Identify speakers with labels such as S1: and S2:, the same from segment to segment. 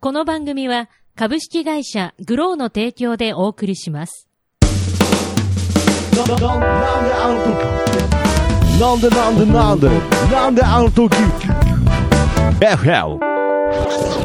S1: この番組は株式会社グローの提供でお送りします。
S2: なんであの時なんでなんでなんでなんであの時 FL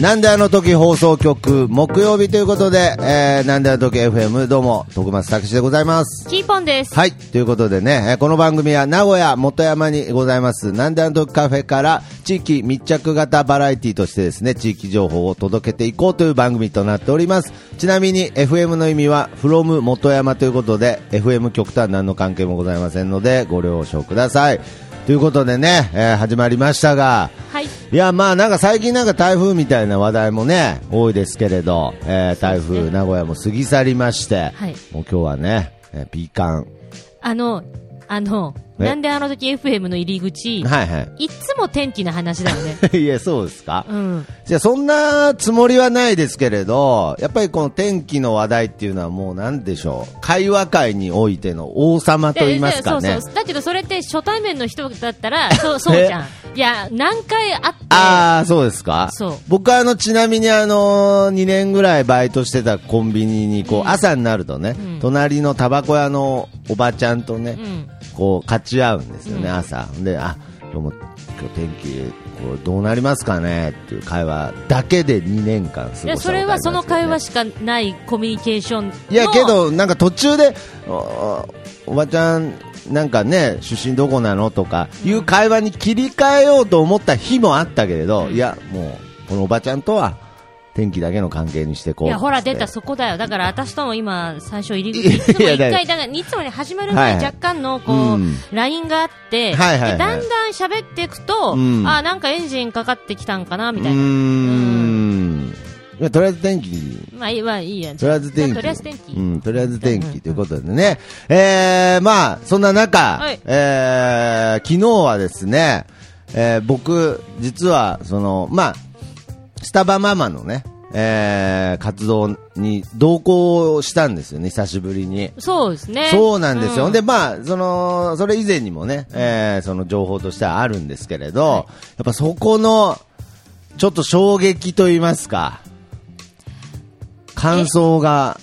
S3: なんであの時放送局木曜日ということで、えー、なんであの時 FM どうも徳松拓司でございます
S1: キーポンです。
S3: はいということでね、えーこの番組は名古屋元山にございますなんであの時カフェから地域密着型バラエティとしてですね地域情報を届けていこうという番組となっておりますちなみに FM の意味は from 元山ということで FM 局とは何の関係もございませんのでご了承くださいということでね、えー始まりましたが
S1: はい。
S3: いやまあなんか最近なんか台風みたいな話題もね多いですけれど、えー台風、名古屋も過ぎ去りまして、
S1: はい
S3: もう今日はね、えー、ピーカン
S1: あの、あの、
S3: え
S1: なんであの時 FM の入り口、
S3: はいはい
S1: つも天気の話だよ ね。
S3: いいやそうですか、
S1: うん。
S3: じゃあそんなつもりはないですけれどやっぱりこの天気の話題っていうのはもうなんでしょう会話界においての王様と言いますか
S1: で
S3: ね
S1: そうそう。だけどそれって初対面の人だった ら、そう、そうじゃん。いや、何回会って、
S3: ああ、そうですか。
S1: そう
S3: 僕はあの、ちなみにあの、2年ぐらいバイトしてたコンビニに、こう、朝になるとね、隣のタバコ屋のおばちゃんとね、
S1: ん
S3: こう、勝ち合うんですよね、朝。で、あ、今日も、今日天気、これどうなりますかねっていう会話だけで2年間過ごしたことありますよね、
S1: でそれはその会話しかないコミュニケーションの
S3: いやけど、なんか途中でおおばちゃん、なんかね出身どこなのとかいう会話に切り替えようと思った日もあったけれど、いや、もうこのおばちゃんとは天気だけの関係にしてこう
S1: いやほら
S3: つって
S1: 出たそこだよだから私とも今最初入り口いつも
S3: いや
S1: 一
S3: だ
S1: 回だからいつもね始まる
S3: は
S1: 前
S3: いはい
S1: 若干のこ
S3: うん
S1: う LINE があってで
S3: はいはいはい
S1: だんだん喋っていくと
S3: うん
S1: あなんかエンジンかかってきたんかなみ
S3: う
S1: た
S3: ー
S1: いなん
S3: いやとりあえず天気
S1: まあいいまあいいや
S3: とりあえず天気
S1: とりあえず天気
S3: うん、とりあえず天気ということでね、えー、まあそんな中、
S1: はい
S3: えー、昨日はですね、えー、僕、実はその、まあ、スタバママのね、えー、活動に同行したんですよね、久しぶりに。
S1: そうですね
S3: そうなんですよ、
S1: う
S3: でまあそのそれ以前にもね、えーその情報としてはあるんですけれど、やっぱそこのちょっと衝撃と言いますか感想が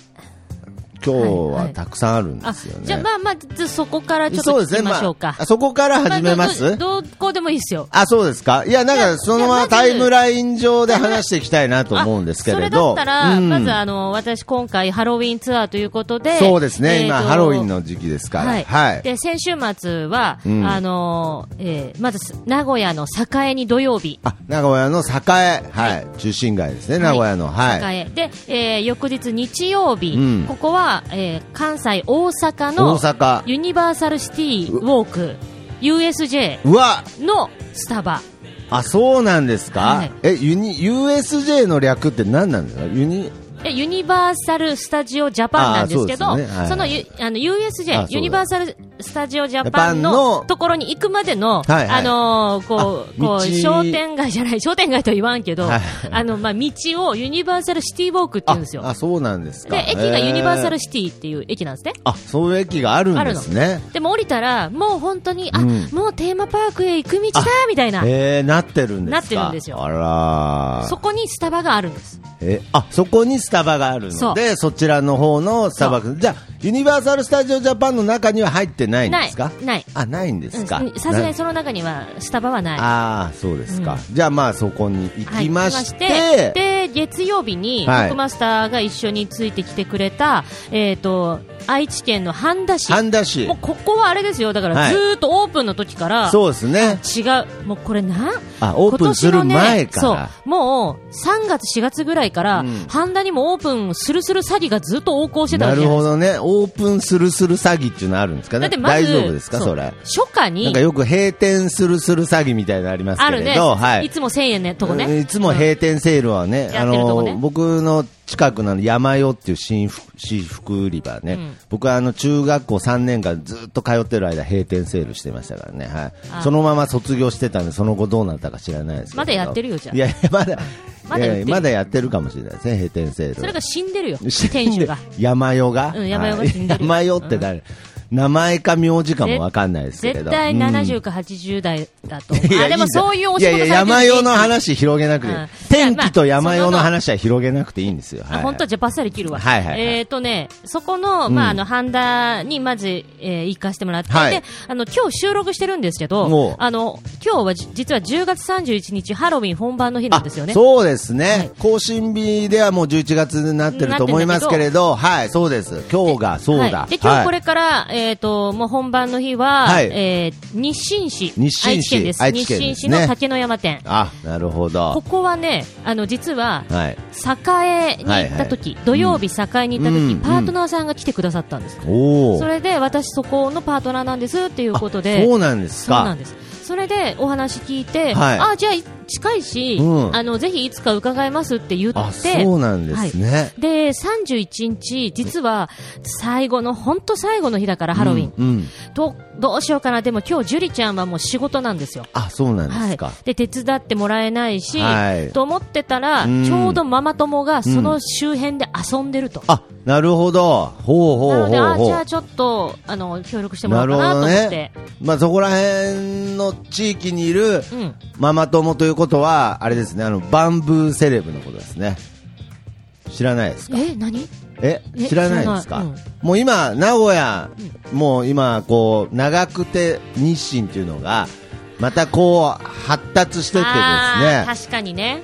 S3: 今日
S1: はいは
S3: はいたくさんあるんで
S1: あ
S3: すよね。
S1: じゃあまあまあずそこからちょっと
S3: そうです
S1: 聞
S3: ね
S1: きましょうか
S3: あ、そこから始めます、
S1: あどどどこでもいいですよ
S3: あ、そうですかいや、なん
S1: いや
S3: か、そのま
S1: いや
S3: ま
S1: まず
S3: タイムライン上で話していきたいなと思うんですけれど。
S1: あそれだったら、
S3: うん
S1: まずあの私、今回、ハロウィンツアーということで、
S3: そうですね、今、
S1: えーと
S3: ハロウィンの時期ですから。
S1: はい、
S3: はい。
S1: で先週末は、
S3: ん
S1: あのーえーまずす名古屋の栄に土曜日、
S3: あ、名古屋の栄、はい、中心街ですね、名古屋の、はい。
S1: 栄で、えー翌日日曜日、
S3: うん
S1: ここは、えー関西大阪
S3: 大
S1: の
S3: 阪。
S1: ユニバーサルシティウォーク USJ
S3: うわ
S1: のスタバ
S3: あ、そうなんですか、
S1: はい
S3: え、ユニ、USJ の略って何なんですかユニ、
S1: でユニバーサル・スタジオ・ジャパンなんですけ
S3: あ
S1: ど、そ
S3: ーそうですねはい
S1: のゆあの
S3: あ
S1: USJ
S3: そう、だ
S1: ユニバーサル・スタジオ・ジャパン
S3: ジャパン
S1: の
S3: の
S1: ところに行くまでの、
S3: はいはい
S1: あのーこう、
S3: あ
S1: こう
S3: 道
S1: 商店街じゃない、商店街とは言わんけど、
S3: はい
S1: あの、まあ、道をユニバーサル・シティ・ウォークって言うんですよ
S3: あ、。そうなんですか
S1: で、駅がユニバーサル・
S3: シティ。
S1: シティっていう駅なんですね。
S3: あ、そういう駅があるんですね。
S1: でも降りたら、もう本当に、あ、
S3: うん
S1: もうテーマパークへ行く道だみたいな、
S3: えー、なってるんですか
S1: なってるんですよ
S3: あらー
S1: そこにスタバがあるんです。
S3: えあそこにスタバがある
S1: そ
S3: の
S1: う
S3: でそちらの方のスタバじゃあユニバーサル・スタジオ・ジャパンの中には入ってないんで
S1: ない
S3: すか、
S1: ない。
S3: あないんですか、
S1: うんさすが
S3: な
S1: にその中にはスタバはない。
S3: ああそうですか、じゃあまあそこに行
S1: はい
S3: きまして,、
S1: で月曜日に
S3: はい
S1: 徳マスターが一緒についてきてくれた、えっ、と愛知県の半田市
S3: 半田市
S1: もうここはあれですよだから
S3: はい
S1: ずーっとオープンの時から、
S3: そうですね
S1: 違うもうこれなん
S3: あオープンする前から
S1: 今年のね、そうもう3月4月ぐらいから、
S3: うん
S1: 半田にもオープンするする詐欺がずっと横行してたわ
S3: な
S1: け
S3: る
S1: じゃない
S3: ほ
S1: ですか
S3: どねオープンするする詐欺っていうのあるんですか
S1: だ
S3: ね
S1: ってま
S3: 大
S1: ず
S3: 丈夫ですか
S1: う
S3: それ
S1: 初夏
S3: なん
S1: に
S3: かよく閉店するする詐欺みたいなのあります
S1: あ
S3: け
S1: る
S3: れ
S1: ね、
S3: ど、
S1: い、つも1000円ねとこ
S3: うん
S1: ね
S3: いつも閉店セールはね、
S1: ん
S3: あ
S1: やってるとこ
S3: の
S1: ね
S3: 僕の近くなの山よっていう新服私服売り場ね、僕はあの中学校3年間ずっと通ってる間閉店セールしてましたからね、は
S1: あ
S3: い、そのまま卒業してたんでその後どうなったか知らないですけど
S1: まだやってるよじゃあ
S3: いやいやまだ
S1: まだやってる
S3: いやいやまだやってるかもしれないですね閉店セール
S1: それが死んでるよ、
S3: 死んで
S1: 店主が。
S3: 山代が、
S1: うん山代が死んでる
S3: はい山代って誰、名前か名字かもわかんないですけれ
S1: 絶
S3: ど
S1: 対
S3: うん
S1: 70か80代だと。
S3: いや
S1: あ、でも
S3: んだ
S1: そういうお仕事されてる
S3: いやいや、山代の話広げなくていい、
S1: うん
S3: 天気と山代
S1: いやま
S3: の
S1: あ
S3: 話は広げなくていいんですよ。はい
S1: あ本当はじゃあバッサリ切るわ。
S3: はいはいはい
S1: えっ、とね、そこの、
S3: うん
S1: まあ、あの、ハンダにまず、えー行かしてもらって、
S3: はい
S1: で、あの、今日収録してるんですけ
S3: おう
S1: ど、あの、今日はじ実は10月31日ハロウィン本番の日なんですよね。
S3: あそうですね、
S1: はい
S3: 更新日ではもう11月になってると思いますけれど、はい、そうです。今日がそうだ。
S1: はい、で今
S3: は
S1: 日
S3: い
S1: これから、えっ、ともう本番の日は、
S3: はい
S1: えー日清市
S3: 日清市
S1: 愛知県です
S3: 愛知県で
S1: 日
S3: す
S1: 清市
S3: ね
S1: の竹の山店、
S3: あ、なるほ
S1: こ
S3: ど。
S1: こはねあの実は、
S3: はい。
S1: 栄に行った時、
S3: はいはい
S1: 土曜日栄に行った時、
S3: うん
S1: パートナーさんが来てくださったんです、
S3: おお。
S1: それで私そこのパートナーなんですっていうことで
S3: あそうなんです
S1: そうな
S3: か
S1: ん。ですそれでお話聞いて、
S3: はい
S1: あじゃあ近いし、
S3: うん
S1: あのぜひいつか伺いますって言って
S3: あ、そうなんですね。
S1: で、31日、実は最後の、本当最後の日だから、ハロウィン、
S3: うん。うん
S1: と、どうしようかな、でも今日、樹里ちゃんはもう仕事なんですよ。
S3: あ、そうなんで
S1: は
S3: す
S1: い
S3: か。、
S1: で手伝ってもらえないし、
S3: はい
S1: と思ってたら、
S3: うん
S1: ちょうどママ友がその周辺で遊んでると、
S3: あ、なるほど。ほうほう
S1: な
S3: ほ
S1: ので、あ
S3: うほ
S1: じ
S3: う
S1: ゃあ。ちょっとあの協力してもらおうかなと思って、
S3: まあ、そこら辺の地域にいる
S1: うん、
S3: ママ友ということは、あれですね、あの、バンブーセレブのことですね。知らないですか
S1: え何
S3: え
S1: え
S3: 知らないですか、
S1: 知らない
S3: もう今、名古屋、もう今、こう、長久手日清っていうのが、またこう、発達してって
S1: あー
S3: です
S1: 確
S3: ね、
S1: かにね、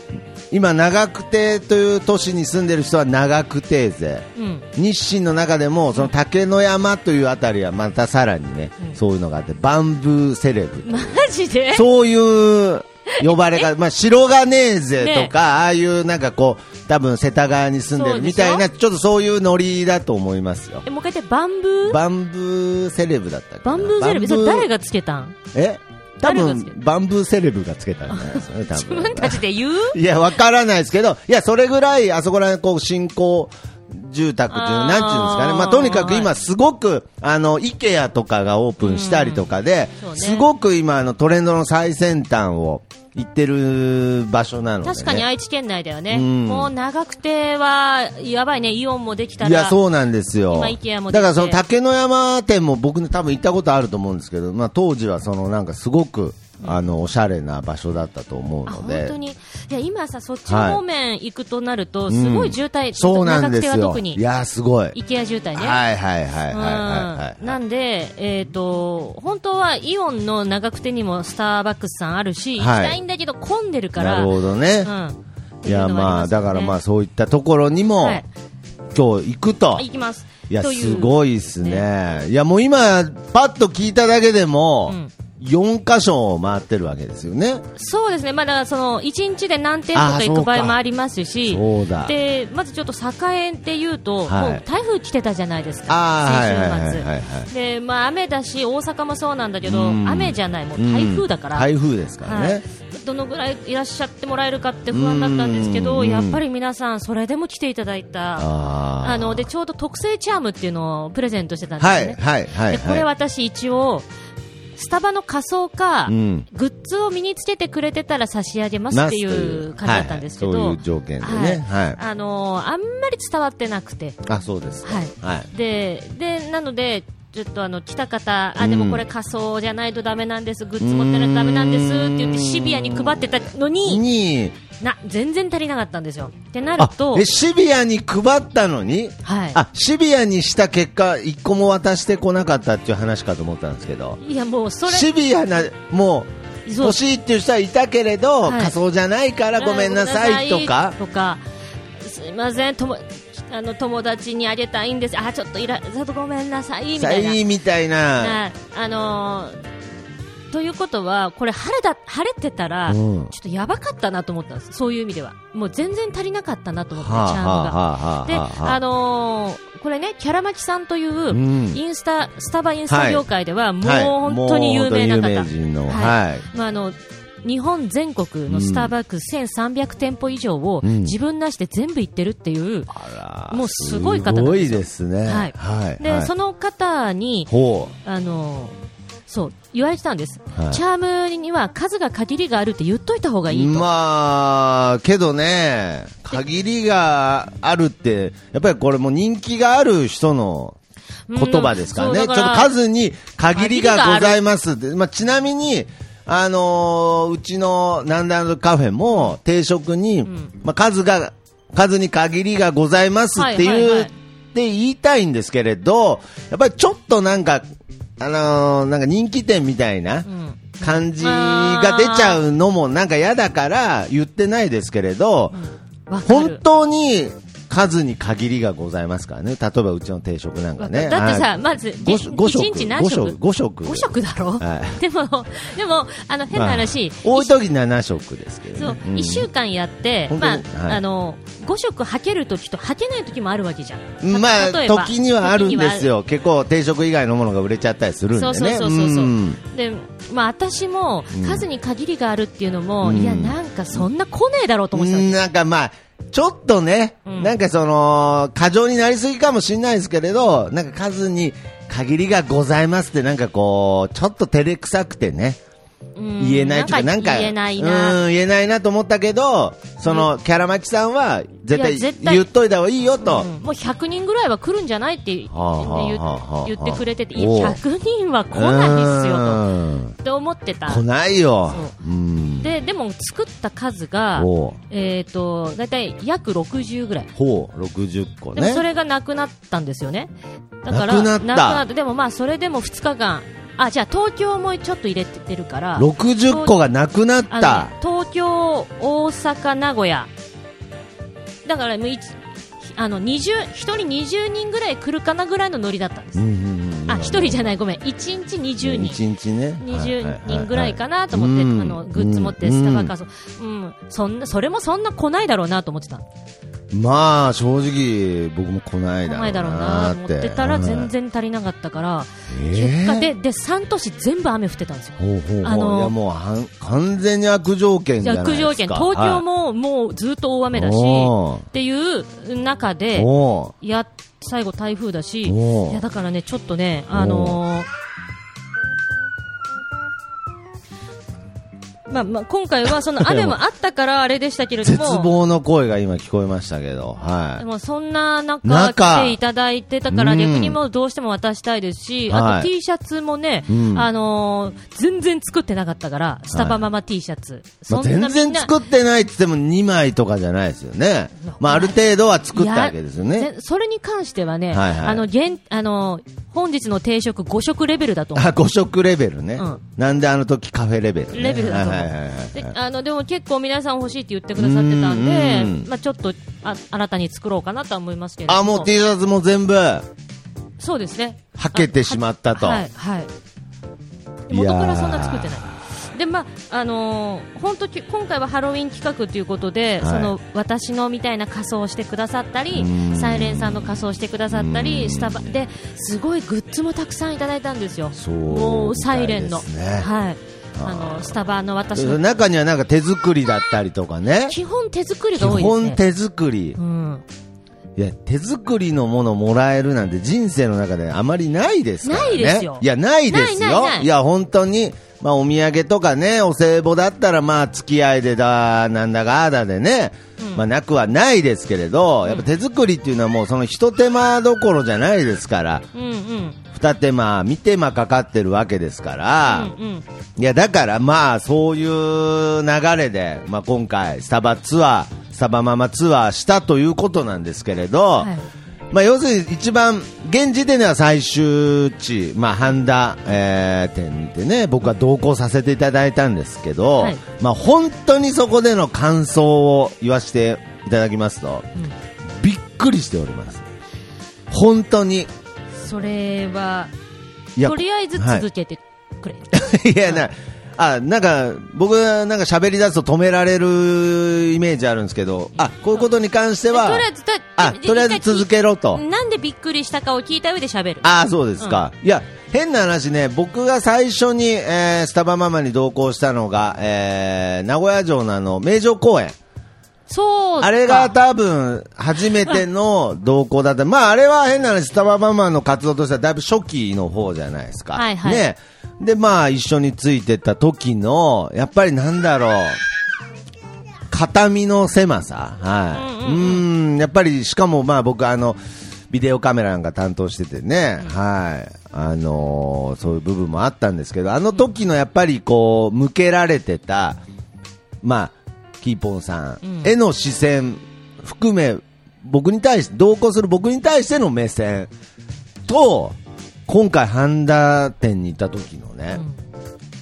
S3: 今、長久手という都市に住んでる人は長久手勢。
S1: うん、
S3: 日清の中でもその竹の山というあたりはまたさらにね、
S1: うん
S3: そういうのがあってバンブーセレブ、
S1: マジで
S3: そういう呼ばれ方、まあ、白金勢とか、ああいうなんかこう多分世田谷に住んで
S1: そう
S3: る
S1: で
S3: み
S1: しょ
S3: たいなちょっとそういうノリだと思いますよ
S1: えもう一回言って、バンブー
S3: バンブーセレブだったっけな
S1: バンブーゼレブ、それ誰がつけたん
S3: え多
S1: 誰がつけ
S3: 分バンブーセレブがつけたんじゃないですかね 多
S1: 自
S3: 分
S1: 分たちで言う
S3: いや、わからないですけど、いや、それぐらい、あそこら辺、こう、新興住宅っていう
S1: あ
S3: の、
S1: ー
S3: なんていうんですかね。まあ、とにかく
S1: は
S3: 今、
S1: い
S3: すごく、あの、イケアとかがオープンしたりとかで
S1: うんそう、ね
S3: すごく今、あの、トレンドの最先端を行ってる場所なので、ね。
S1: 確かに愛知県内だよね、
S3: うん
S1: もう長くてはやばいね、イオンもできたら、
S3: いや、そうなんですよ
S1: 今 IKEA も。出て
S3: だから、その竹の山店も僕ね、多分行ったことあると思うんですけど、まあ、当時は、その、なんか、すごく、あの、おしゃれな場所だったと思う
S1: あ
S3: の
S1: 本
S3: で。
S1: 当にいや今さ、そっち
S3: はい
S1: 方面行くとなると、
S3: うん
S1: すごい渋滞、
S3: そうなん
S1: 長久
S3: です
S1: 手は
S3: よ。
S1: 特
S3: い
S1: に、
S3: や、すごい。
S1: イケア渋滞ね。
S3: はいはいはいはいはいはい、
S1: うんなんで、えーと、本当はイオンの長久手にもスターバックスさんあるし、
S3: はい
S1: 行きたいんだけど混んでるか
S3: な
S1: ら、
S3: るほどね、
S1: うん、
S3: いやまあだからまあ
S1: あ、
S3: そういったところにも、
S1: はい
S3: 今日行くと
S1: 行きます。
S3: いや
S1: とう
S3: すごいですねいやもう今パッと聞いただけでも、
S1: うん
S3: 4箇所を回ってるわけですよね
S1: そうですね、まあだからその1日で何店舗か行く場合もありますし、
S3: そうだ
S1: でまずちょっと栄っていうと、
S3: はい
S1: もう台風来てたじゃないですか、
S3: あーはい
S1: 先
S3: は
S1: 週
S3: い
S1: 末、
S3: はいはい
S1: でまあ、雨だし、大阪もそうなんだけど、
S3: うん
S1: 雨じゃない、もう台風だから。
S3: うん台風ですからね、
S1: はいどのぐらいいらっしゃってもらえるかって不安だったんですけ
S3: う
S1: ど、
S3: ん
S1: やっぱり皆さん、それでも来ていただいた、
S3: あー
S1: あのでちょうど特製チャームっていうのをプレゼントしてたんです
S3: は
S1: よ
S3: い
S1: ね、
S3: はいはい
S1: でこれ私、一応、スタバの仮装か、
S3: うん
S1: グッズを身につけてくれてたら差し上げますっていう感じだったんですけど、
S3: はいはいそういう条件でねはい
S1: あのーあんまり伝わってなくて、
S3: あそうですか
S1: はい
S3: はい
S1: ででなので、ちょっとあの来た方、あでもこれ仮装じゃないとダメなんです、グッズ持ってないとダメなんですって言って、シビアに配ってたのに、
S3: に
S1: な全然足りなかったんですよ。ってなる
S3: あ
S1: と
S3: え、シビアに配ったのに、
S1: はい
S3: あシビアにした結果、一個も渡してこなかったっていう話かと思ったんですけど、
S1: いやもうそれ
S3: シビアな、もう
S1: そう
S3: 欲しいっていう人はいたけれど、
S1: はい
S3: 仮装じゃないからごめんなさいとか、
S1: とかすいませんともあの友達にあげたいんですあちょっといらちょっとごめんなさいみ
S3: さ
S1: た
S3: あ
S1: いない
S3: いみたいな、
S1: はいあのーということはこれ晴れだ晴れてたら、
S3: うん
S1: ちょっとやばかったなと思ったんですそういう意味ではもう全然足りなかったなと思って、
S3: はあ
S1: チャームが。
S3: はあはあはあ
S1: で、
S3: はあ
S1: あのーこれね、キャラマキさんというんインスタ、スタバインスタ業界では、もう
S3: はい
S1: 本当に有名な方、
S3: もう本当有名人のはい
S1: まああの日本全国のスターバックス1300店舗以上を自分なしで全部行ってるっていう、もうすごい方な
S3: す
S1: ん
S3: ご
S1: で
S3: い
S1: すよ
S3: ですね。
S1: はい
S3: はい。
S1: で、
S3: はい
S1: その方に、
S3: ほう。
S1: あのそう言われてたんです、
S3: はい
S1: チャームには数が限りがあるって言っといた方がいいと、
S3: まあ、けどね、限りがあるって、やっぱりこれもう人気がある人の言葉ですからね。
S1: うんそうだ
S3: ち
S1: か
S3: ょっと
S1: ら
S3: 数に限りがございますって。まあ、ちなみに、あのーうちのなんだのカフェも定食に、まあ、数が、数に限りがございますっていう、
S1: はいはいはい
S3: って言いたいんですけれど、やっぱりちょっとなんか、あのーなんか人気店みたいな、
S1: うん
S3: 感じが出ちゃうのもなんか嫌だから言ってないですけれど、
S1: わか
S3: 本
S1: る
S3: 当に数に限りがございますからね。例えばうちの定食なんかね。
S1: だって
S3: は
S1: さ、
S3: い
S1: まず、
S3: ご
S1: 1
S3: ご食
S1: 日何食
S3: ご食
S1: 五食だろ、
S3: は
S1: でも、でも、あの、変な話、
S3: まあ多い時7食ですけ
S1: そ
S3: ど
S1: う
S3: ね。
S1: 1週間やって、
S3: 本
S1: ま
S3: 当
S1: あ
S3: にはい
S1: あの5食はけるときとはけないときもあるわけじゃん。
S3: うんまあ、
S1: 例えば
S3: 時にはあるんです。よ。結構定食以外のものが売れちゃったりするんで
S1: そう
S3: ね。
S1: そうそうそうそう
S3: うん
S1: でまあ、私も数に限りがあるっていうのも、
S3: うん
S1: いや、なんかそんな来ねえだろうと思ってたんです
S3: なんかまあ、ちょっとね、
S1: うん
S3: なんかその、過剰になりすぎかもしれないですけれど、なんか数に限りがございますって、なんかこう、ちょっと照れくさくてね、
S1: うん
S3: 言えないというか、なんか、
S1: 言えないな、
S3: うん、言えないなと思ったけど、その、キャラマキさんは、絶
S1: い
S3: 対
S1: や絶対
S3: 言っといた方がいいよと。
S1: うんもう100人ぐらいは来るんじゃないって言,、
S3: はあはあはあはあ
S1: 言ってくれてて、い
S3: おう
S1: や100人は来ないっすよと
S3: うん
S1: って思ってた。
S3: 来ないよ。。
S1: そう
S3: ん。
S1: ででも作った数が、
S3: ほ
S1: えー、と大体約60ぐらい、
S3: う、ほう、60個
S1: でも
S3: ね。
S1: それがなくなったんですよね、だから、
S3: なくなった
S1: でもまあそれでも2日間、あじゃあ東京もちょっと入れてるから、
S3: 60個がなくなっ
S1: あの
S3: た。
S1: 東京、大阪、名古屋、だからもういちあの20 1人20人ぐらい来るかなぐらいのノリだったんです、
S3: うんうんうん
S1: あ1人じゃない、ごめん、1日20人。
S3: 一日ね。
S1: 20人ぐらいかなと思って、あのグッズ持ってスタバか
S3: ス。
S1: そ、うん、そんなそれもそんな来ないだろうなと思ってた。
S3: うんまあ、正直、僕も来ないだろうな。
S1: 前だろうなと思ってたら全。然足りなかったから、結果で、で、3都市全部雨降ってたんですよ。
S3: ほうほう
S1: あ
S3: ほう。
S1: の
S3: いや、もうはん、完全に悪条件じゃないです
S1: 悪
S3: か。
S1: 条件、東京ももうずっと大雨だし、
S3: おー
S1: っていう中で、
S3: も。
S1: いや、最後台風だし、
S3: おー
S1: いや、だからね、ちょっとね、あのーまあまあ、今回はその雨もあったからあれでしたけれど
S3: 絶
S1: も、
S3: 望の声が今聞こえましたけど、は
S1: で
S3: い。
S1: もそんな中、
S3: 中
S1: 来ていただいてたから、
S3: うん
S1: 逆にもうどうしても渡したいですし、
S3: は
S1: あ
S3: い
S1: と T シャツもね、
S3: うん
S1: あのー全然作ってなかったから、スタバママ T シャツ。
S3: まあ、全然作ってないって言っても2枚とかじゃないですよね
S1: まあ。
S3: まあ、ある程度は作ったわけですよ
S1: いや
S3: ね。
S1: ぜそれに関してはね、
S3: はいはい
S1: あの、現、あのー本日の定食5食レベルだと思う。
S3: あ、5色レベルね
S1: うん。
S3: なんであの時カフェレベルね。
S1: レベルだと思う
S3: はいはいはいはい
S1: であのでも結構皆さん欲しいって言ってくださってたんで、
S3: うん
S1: まあ、ちょっとあ新たに作ろうかなとは思いますけれども
S3: あ、もう T シャツも全部。
S1: そうですね
S3: はけてしまったと
S1: あははい、はいで
S3: いやー
S1: 元からそんな作ってないでまああのー本当き今回はハロウィン企画ということで、
S3: はい
S1: その私のみたいな仮装をしてくださったり
S3: うん
S1: サイレンさんの仮装をしてくださったりスタバですごいグッズもたくさんいただいたんですよ
S3: そう
S1: もうサイレンの、
S3: みたいですね
S1: はいあのスタバの私の
S3: 中にはなんか手作りだったりとかね。
S1: 基本手作り
S3: 基
S1: が多いですね
S3: 本手作り
S1: う。ん
S3: いや、手作りのものもらえるなんて人生の中であまりないですからね。
S1: ないですよ
S3: いや、ないですよ。
S1: ないないない
S3: や、本当に。まあ、お土産とかね、お歳暮だったら、まあ、付き合いでだ、なんだかあーだでね、まあ、なくはないですけれど、やっぱ手作りっていうのはもう、その一手間どころじゃないですから、
S1: うんうん
S3: 二手間、三手間かかってるわけですから、
S1: うんうん
S3: いや、だからまあ、そういう流れで、まあ今回、スタバツアー、スタバママツアーしたということなんですけれど、
S1: い
S3: まあ要するに一番、現時点では最終地、まあハンダ、えー店でね、僕は同行させていただいたんですけど、
S1: はい
S3: まあ本当にそこでの感想を言わせていただきますと、びっくりしております。本当に。
S1: それはい
S3: や
S1: とりあえず
S3: はい
S1: 続けてくれ、
S3: いやな、あ、なんか、僕、なんか喋り出すと止められるイメージあるんですけど、あ、こういうことに関しては、
S1: とりあえずと
S3: あ、とりあえず続けろと。
S1: なんでびっくりしたかを聞いた上で喋る
S3: あ、そうですか。いや、変な話ね、僕が最初に、えースタバママに同行したのが、えー名古屋城のあの、名城公園。
S1: そうか
S3: あれが多分、初めての同行だった。まあ、あれは変な話、スタバママの活動としてはだいぶ初期の方じゃないですか。
S1: はいはい
S3: ね。で、まあ、一緒についてった時の、やっぱりなんだろう。肩身の狭さ。はい。うんん、やっぱり、しかもまあ僕、あの、ビデオカメラなんか担当しててね、はい。あのーそういう部分もあったんですけど、あの時のやっぱりこう、向けられてた、まあ、キーポンさんへの視線含め、僕に対して、同行する僕に対しての目線と、今回、ハンダ店にいた時のね、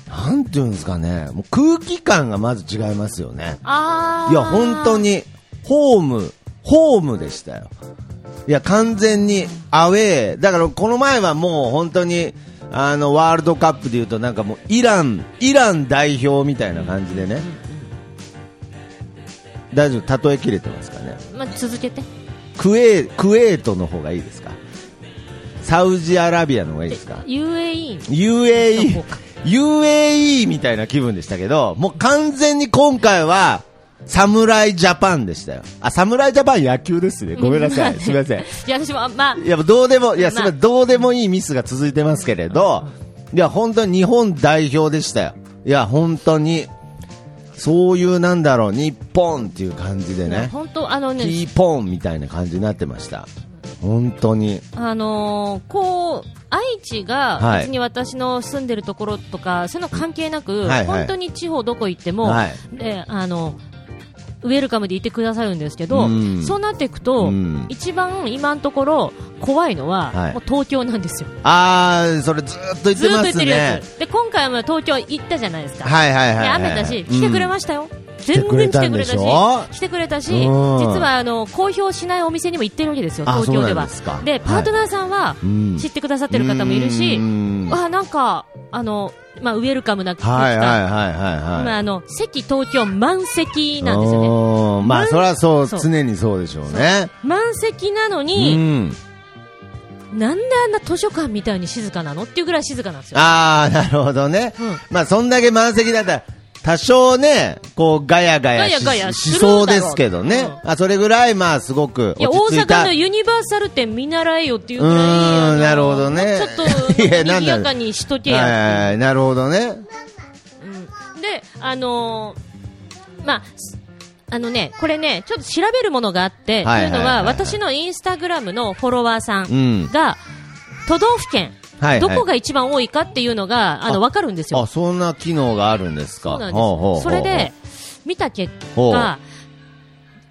S3: なんていうんですかね、もう空気感がまず違いますよね。
S1: あー
S3: いや、本当に、ホーム、ホームでしたよ。いや、完全にアウェー。だから、この前はもう本当に、あの、ワールドカップで言うと、なんかもう、イラン、イラン代表みたいな感じでね。大丈夫、例え切れてますかね。
S1: まあ、続けて
S3: クエ、クエートの方がいいですかサウジアラビアの方がいいですか
S1: UAE
S3: UAE
S1: そうか、
S3: UAE みたいな気分でしたけど、もう完全に今回は、侍ジャパンでしたよ。あ、侍ジャパン野球ですね。ごめんなさい。すみませ ん。
S1: いや私もまあ
S3: いや、どうでも、いや、すみませ
S1: ま
S3: ん、どうでもいいミスが続いてますけれど、いや、本当に日本代表でしたよ。いや、本当に、そういうなんだろう、日本っていう感じでね、
S1: 本当あのね
S3: キーポンみたいな感じになってました。本当に。
S1: あのーこう愛知
S3: は
S1: が
S3: い
S1: 別に私の住んでるところとか、そういうの関係なく、
S3: はいはい
S1: 本当に地方どこ行っても、
S3: はい
S1: であのウェルカムでいてくださるんですけど、
S3: うん
S1: そうなっていくと、
S3: うん
S1: 一番今のところ怖いのは、
S3: はい
S1: もう東京なんですよ、
S3: あー、それずーっと言っ
S1: ず
S3: て
S1: っと
S3: ま
S1: 言っ
S3: す
S1: てるや
S3: ね
S1: つ、。で今回も東京行ったじゃないですか、
S3: はいはいは
S1: で
S3: い、はい。
S1: 雨だし、来てくれましたよ、
S3: て
S1: 全
S3: くれ
S1: 然来
S3: た
S1: てく
S3: んで
S1: れ
S3: したょ
S1: し、来てくれたし、
S3: うん
S1: 実はあの公表しないお店にも行ってるわけですよ、
S3: あ
S1: 東京で
S3: そうなん
S1: は。
S3: ですか
S1: で
S3: はい
S1: パートナーさんは
S3: うん
S1: 知ってくださってる方もいるし、
S3: うん
S1: あなんかあの、まあ、ウェルカムな空気
S3: はい
S1: 感、
S3: はいはいはい
S1: ま
S3: は
S1: あ、
S3: い。
S1: あの席、東京満席なんですよね。
S3: よね。まあ、
S1: 満
S3: それはそう、
S1: そう
S3: 常にそうでしょうね。
S1: 満席なの
S3: う
S1: に、
S3: ん。
S1: なんであんな図書館みたいに静かなのっていうぐらい静かなんですよ。
S3: ああ、なるほどね。
S1: うん
S3: まあ、そんだけ満席だったら、多少ね、こう、ガヤガヤし
S1: ガヤガヤ
S3: し
S1: するだろ
S3: そううですけどね。
S1: う
S3: あ、それぐらい、まあ、すごく
S1: いや
S3: 落
S1: 大
S3: ち着い
S1: 阪
S3: た。
S1: のユニバーサル店見習えよっていう
S3: う
S1: ぐらいあ
S3: ーん、
S1: の
S3: なるほどね。
S1: ちょっと
S3: いやなん
S1: 賑
S3: だ
S1: やかにしとけ
S3: は
S1: やっ
S3: い
S1: ていう
S3: はいはいなるほどね。
S1: で、あのーまあ、すあのね、これね、ちょっと調べるものがあって、と
S3: はいいは
S1: う
S3: いはいはい
S1: のは、私のインスタグラムのフォロワーさ
S3: うんん
S1: が、都道府県、
S3: はいは
S1: ど
S3: い
S1: こが一番多いかっていうのが、あの、
S3: あ
S1: わかるんですよ。
S3: あ、そんな機能があるんですか。
S1: そうなん
S3: ほうほ
S1: で
S3: うほう
S1: す。それで、、見た結
S3: ほう
S1: 果、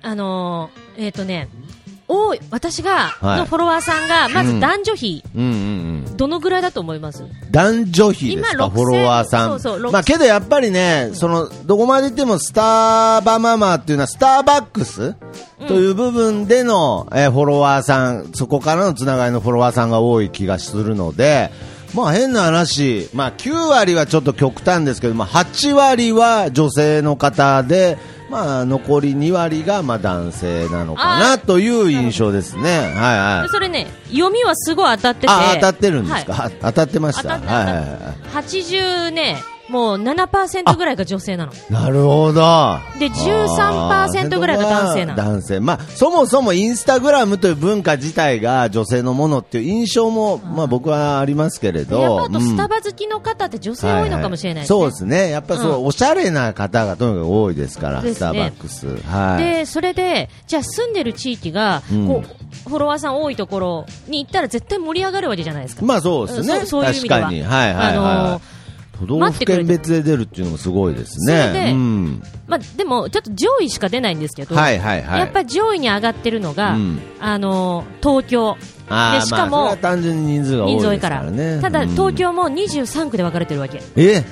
S1: あのーえっ、とね、多い、私が、
S3: はい
S1: のフォロワーさんが、まず男女比、
S3: うんうんうん。
S1: どのぐらいだと思います
S3: 男女比です
S1: 今
S3: か、
S1: 6000
S3: フォロワーさん。
S1: そうそう6000
S3: まあ、けどやっぱりね、その、どこまで行ってもスターバママっていうのは、スターバックスという部分での、えーフォロワーさん、そこからのつながりのフォロワーさんが多い気がするので、まあ変な話、まあ9割はちょっと極端ですけど、まあ8割は女性の方で、まあ残り2割がまあ男性なのか
S1: あー
S3: なという印象ですね。はいはい。
S1: それね、読みはすごい当たってて。
S3: あ、当たってるんですか、
S1: はい
S3: あ当たってまし
S1: 当
S3: た。
S1: た
S3: は
S1: っ
S3: い
S1: た
S3: はい
S1: 当
S3: はい。
S1: たった80ね、もう7%ぐらいが女性なの。
S3: なるほど。
S1: で
S3: あー
S1: 13%ぐらいが男性なの
S3: 男性。まあ、そもそもインスタグラムという文化自体が女性のものっていう印象も、まあ僕はありますけれど。
S1: やっぱあとスタ
S3: バ
S1: バ好きの方って女性多いのかもしれないですね。
S3: そうですね。やっぱそう、
S1: う
S3: おしゃれな方がとにかく多いですから、
S1: ですね
S3: スターバックス。はい。
S1: で、それで、じゃあ住んでる地域が、
S3: うん
S1: こう、フォロワーさん多いところに行ったら絶対盛り上がるわけじゃないですか。
S3: まあそうですね。
S1: うんそうそういう意味
S3: 確
S1: では
S3: かに。はいはい
S1: あ
S3: は
S1: のー
S3: い。都道府県別で出るっていうのもすごいです
S1: それで
S3: ね。うん。
S1: まあでも、ちょっと上位しか出ないんですけど、
S3: はいはいはい。
S1: やっぱり上位に上がってるのが、
S3: うん
S1: あのー、東京。
S3: あー
S1: で、しか
S3: まあそれ
S1: も
S3: は、単純に人数が多
S1: 人
S3: いで
S1: 数多い
S3: す
S1: か。
S3: かららね。
S1: ただ、
S3: うん
S1: 東京も23区で分かれてるわけ。
S3: え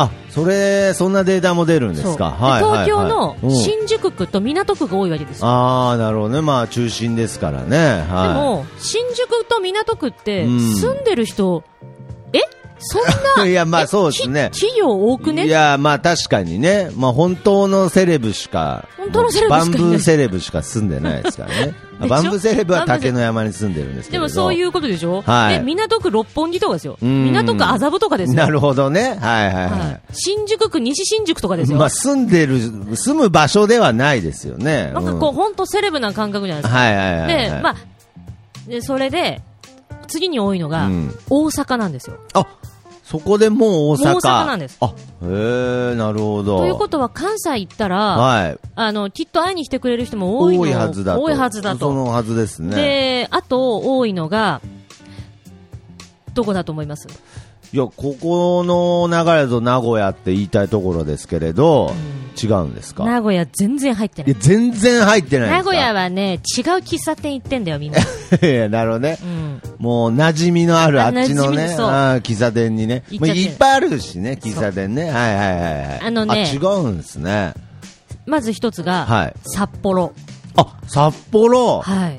S3: あそれそんなデータも出るんですか、
S1: そう
S3: はいはいはい
S1: で東京の
S3: うん
S1: 新宿区と港区が多いわけですよ。
S3: ああなるほどねまあ中心ですからねはい
S1: でも、新宿と港区って、
S3: うん
S1: 住んでる人、えそんな、
S3: いや まあそうですね
S1: えき企業多くね
S3: いやまあ確かにねまあ本当のセレブしか
S1: 本当のセレブしかいない
S3: 万分セレブしか住んでないですからね
S1: でしょ
S3: バンブセレブは竹の山に住んでるんです
S1: で
S3: けれど
S1: もそういうことでしょ、
S3: はい
S1: で港区六本木とかですよ、
S3: うん
S1: 港区麻布とかですよ、
S3: なるほどね。はいはいはい。
S1: はい新宿区、西新宿とかですよ、
S3: まあ、住んでる、住む場所ではないですよね。
S1: なんかこう、本当セレブな感覚じゃない
S3: うん
S1: ですか、
S3: はいはいはい、はい。
S1: でまあ、でそれで次に多いのが、
S3: うん
S1: 大阪なんですよ。
S3: あ、そこでもう大阪。
S1: もう大阪なんです
S3: あ、へえ、なるほど。
S1: ということは関西行ったら、
S3: はい。
S1: あのきっと会いに来てくれる人も多いの
S3: はずだと。
S1: 多いはずだと
S3: そのはずですね。
S1: であと多いのがどこだと思います
S3: いや、ここの流れだと名古屋って言いたいところですけれど、違うんですか
S1: 名古屋全然入ってない
S3: いや、全然入ってないんで
S1: 名
S3: すか
S1: 古屋はね違う喫茶店行ってんだよみんな、
S3: いやなるほどね
S1: う。ん、
S3: もう馴染みのあるあ
S1: あ
S3: っちの
S1: 馴染み
S3: ね、
S1: そう
S3: あー喫茶店にね。
S1: 行
S3: ま
S1: っ
S3: あ
S1: ちゃって
S3: いっぱいあるしね、喫茶店ね。はいはいはいはい。
S1: あのね
S3: 違うんですね。
S1: まず一つが、
S3: はい
S1: 札幌
S3: あ、札幌。へ
S1: はい
S3: え。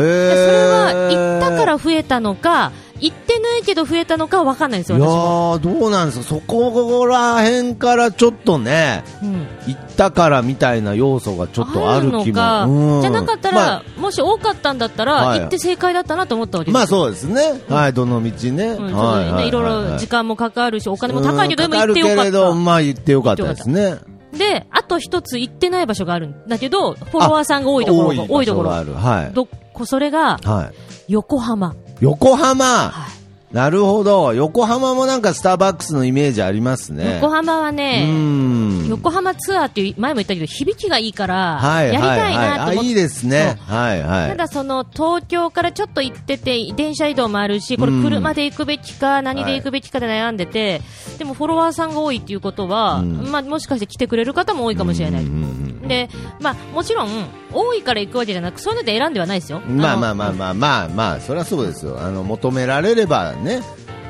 S1: でそれは行ったからら増えたのか行ってないけど増えたのかわかんないんですよ
S3: いや
S1: 私も、
S3: ーどうなんですか、そこら辺からちょっとね、
S1: うん、
S3: 行ったからみたいな要素がちょっとある気
S1: の
S3: も、
S1: か、
S3: うん
S1: じゃなかったら、
S3: まあ
S1: もし多かったんだったら、
S3: はい
S1: 行って正解だったなと思ったわけです
S3: まあ
S1: う、
S3: そうですね、はい、どの道ね、
S1: うんちょっと
S3: はいは
S1: ね、いろいろ時間もかかるしお金も高いけど、でも行ってよ
S3: か
S1: か
S3: かるけ
S1: っ
S3: れど、
S1: た
S3: まあ行ってよかったですね、
S1: であと一つ行ってない場所があるんだけどフォロワーさんが多いところが多
S3: 多い
S1: いと
S3: 場所
S1: ころ
S3: がある、はい
S1: どこそれが
S3: はい、
S1: 横浜、
S3: 横浜、
S1: はい
S3: なるほど、横浜もなんかスターバックスのイメージありますね。
S1: 横浜はね、
S3: うん
S1: 横浜ツアーっていう前も言ったけど響きがいいから
S3: はい
S1: やりたいなと思って、
S3: はいはい、あいいですね、はいはい、
S1: ただその東京からちょっと行ってて電車移動もあるしこれ車で行くべきか何で行くべきかで悩んでて、でもフォロワーさんが多いっていうことは、
S3: うん
S1: まあ、もしかして来てくれる方も多いかもしれない、
S3: うんうんうん
S1: でまあ、もちろん多いから行くわけじゃなくそういうので選んではないですよ
S3: まあまあまあ
S1: の
S3: まあまあまあそりゃそうですよあの求められればね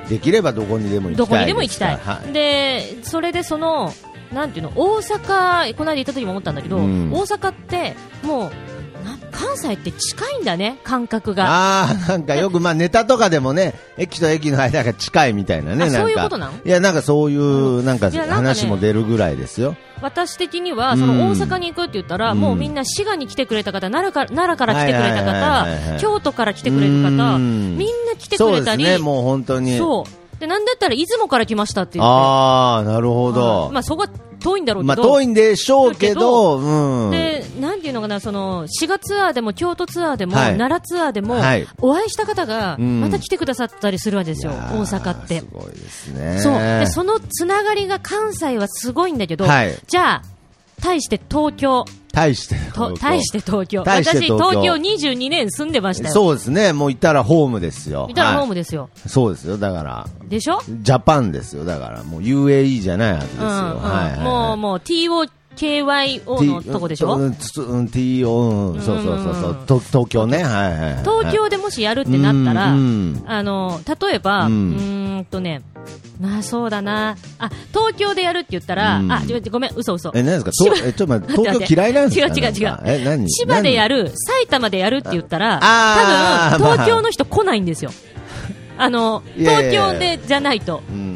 S3: できればどこにでも行きた
S1: ど
S3: い
S1: こにでも行きたい、
S3: ですからはい
S1: でそれでそのなんていうの大阪この間行った時も思ったんだけど、
S3: うん
S1: 大阪ってもうな関西って近いんだね感覚が
S3: ああなんかよくまあネタとかでもね駅と駅の間が近いみたいなね
S1: あ
S3: なんか
S1: そういうことなの
S3: いやなんかそういうなんか
S1: いやなんかね
S3: 話も出るぐらいですよ
S1: 私的には、
S3: うん
S1: その大阪に行くって言ったら、
S3: うん
S1: もうみんな滋賀に来てくれた方、奈良から奈良から来てくれた
S3: はいはいはいはいは
S1: 方、
S3: い
S1: 京都から来てくれる方、
S3: う
S1: み
S3: ん
S1: んな来てくれたり、
S3: そうですねもう本当に
S1: そうでなんだったら出雲から来ましたって言って、
S3: ああなるほ
S1: は
S3: ど
S1: いまあそこは遠いんだろうけど、
S3: まあ遠いんでしょうけどうん
S1: でなんていうのかな、その滋賀ツアーでも京都ツアーでも、
S3: はい
S1: 奈良ツアーでも、
S3: はい
S1: お会いした方が
S3: うん
S1: また来てくださったりするわけですよ、
S3: いやー
S1: 大阪って
S3: す。ごいですね
S1: そうでそのつながりが関西はすごいんだけど、
S3: はい
S1: じゃあ、対して東京、
S3: 対して
S1: と対して東京
S3: 対して東京
S1: 私、東京22年住んでましたよ、
S3: そうですねもういたらホームですよ
S1: 見たらホー
S3: は
S1: ムですよ、
S3: いそうですよだから
S1: でしょ、
S3: ジャパンですよ、だから、もう UAE じゃないはずです
S1: う
S3: よ。
S1: ん
S3: はいはいは
S1: う
S3: い
S1: ん、もうもう TOKYO のとこでしょ、
S3: うんうん、TO、うん、そうそうそうそう、と東京ね、はいはいはい。
S1: 東京でもしやるってなったら、
S3: うん
S1: あの例えば、
S3: う
S1: うんん、んとね、まあそうだな、あ東京でやるって言ったら、
S3: うん
S1: あちょごめん、嘘嘘
S3: え、何ですかとえ、ちょっと待って、
S1: 待って
S3: 東京嫌いなんですか
S1: 違う違う違う
S3: なんかえ、何
S1: 千葉でや
S3: る。
S1: る、埼玉でやるって言ったら、
S3: ああ
S1: 多
S3: ー
S1: 分東京の人来ないんですよ。あの
S3: いやいや
S1: 東
S3: いや
S1: 京でじゃないと、
S3: うん、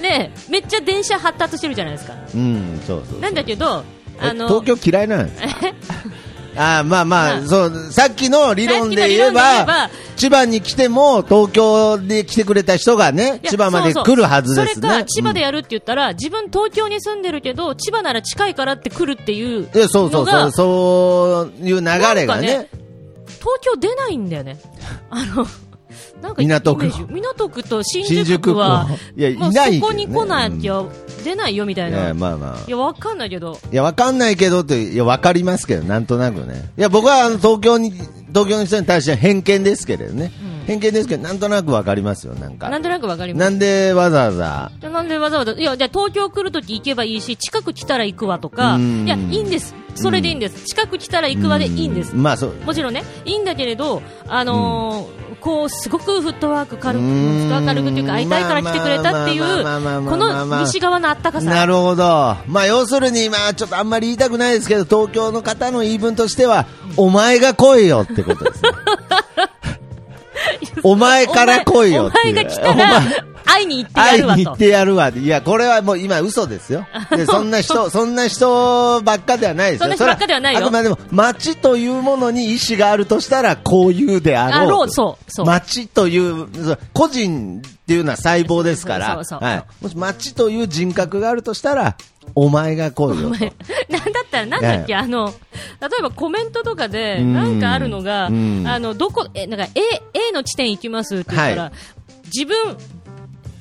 S1: でめっちゃ電車発達してるじゃないですか、
S3: うん、そうそうそう。
S1: なんだけど、
S3: え
S1: あの
S3: 東京嫌いなんですか あーまあま
S1: ま
S3: あ、
S1: あ
S3: そうさっきの理論で言え
S1: さっきの理論で言え
S3: ば
S1: ば
S3: 千葉に来ても東京で来てくれた人がね
S1: いや
S3: 千葉まで
S1: そう
S3: 来るはずですね
S1: そうそれか千葉でやるって言ったら、自分、東京に住んでるけど、千葉なら近いからって来るっていうのが、
S3: いやそうそうそう、そういう流れが
S1: なん
S3: ね
S1: かね。東京出ないんだよね、 あのなんか
S3: 港区
S1: イメージ港区と新宿区は
S3: 新宿、区はいや
S1: もう
S3: いないけどね
S1: そこに来なきゃ出ないよみたい
S3: い
S1: な、
S3: や、
S1: い
S3: まあまあ。
S1: や、わかんないけど、
S3: いや、わかんないけどって、いや、わかりますけど、なんとなくね。いや、僕はあの東京に、東京の人に対しては偏見ですけれどね。偏見ですけど、なんとなくわかりますよ、なんか。
S1: なんとなくわかりま
S3: な
S1: す。
S3: んでわざわざ。
S1: じゃあなんでわざわざ、いや、じゃあ東京来るとき行けばいいし、近く来たら行くわとか、
S3: うん
S1: いや、いいんです。それでいいんです。近く来たら行くわでいいんです
S3: う。まあ、そう。
S1: もちろんね、いいんだけれど、あのーこうすごくフットワーク軽く、
S3: う
S1: フ
S3: ーん
S1: ットワーク軽くというか、会いたいから来てくれたっていう、こ
S3: まあまあまあまあまあまあまあ
S1: の西側のあったかさ、
S3: なるほど。まあ、要するに、まあ、ちょっとあんまり言いたくないですけど、東京の方の言い分としては、お前が来いよって ことですね。お前から来いよっていう。
S1: お前が来たら
S3: お前、
S1: 会いに行ってや
S3: 会い
S1: るわ
S3: に行っ
S1: と。
S3: てやるわ。いや、これはもう今嘘で すよ。で、そんな人、そんな人ばっかではないですよ。
S1: そんな人ばっかではないよ
S3: それあくまでも、街というものに意思があるとしたら、こういうであろう。
S1: あろうそうそう
S3: 街という、そう個人っていうのは細胞ですから、
S1: そうそうそう
S3: はい。もし街という人格があるとしたら、お前が来いよと。
S1: なんだったら、なんだっけ、あの、例えばコメントとかで、
S3: うん
S1: なんかあるのが、あ
S3: うん
S1: の、どこ、え、なんか A、A の地点行きますって言った
S3: は
S1: ら、自分、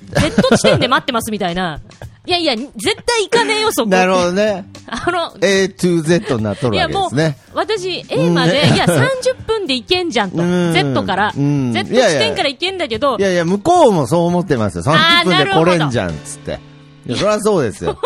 S1: Z 地点で待ってますみたいな。いやいや、絶対行かねえよ、そこ。
S3: なるほどね。
S1: あの、
S3: A to Z になっと
S1: い
S3: るわ
S1: や
S3: けで
S1: も
S3: す
S1: う
S3: ね。、
S1: 私、A まで、
S3: うん
S1: いや、30分で行けんじゃんと、
S3: うん
S1: Z から、
S3: うん
S1: Z 地
S3: いやいや
S1: 点から行けんだけど
S3: い、やいや、向こうもそう思ってますよ。
S1: あ
S3: 30
S1: ー
S3: 分
S1: な
S3: で
S1: る
S3: 来
S1: ほど
S3: れんじゃん、つって。いや、そりゃそうで すよ。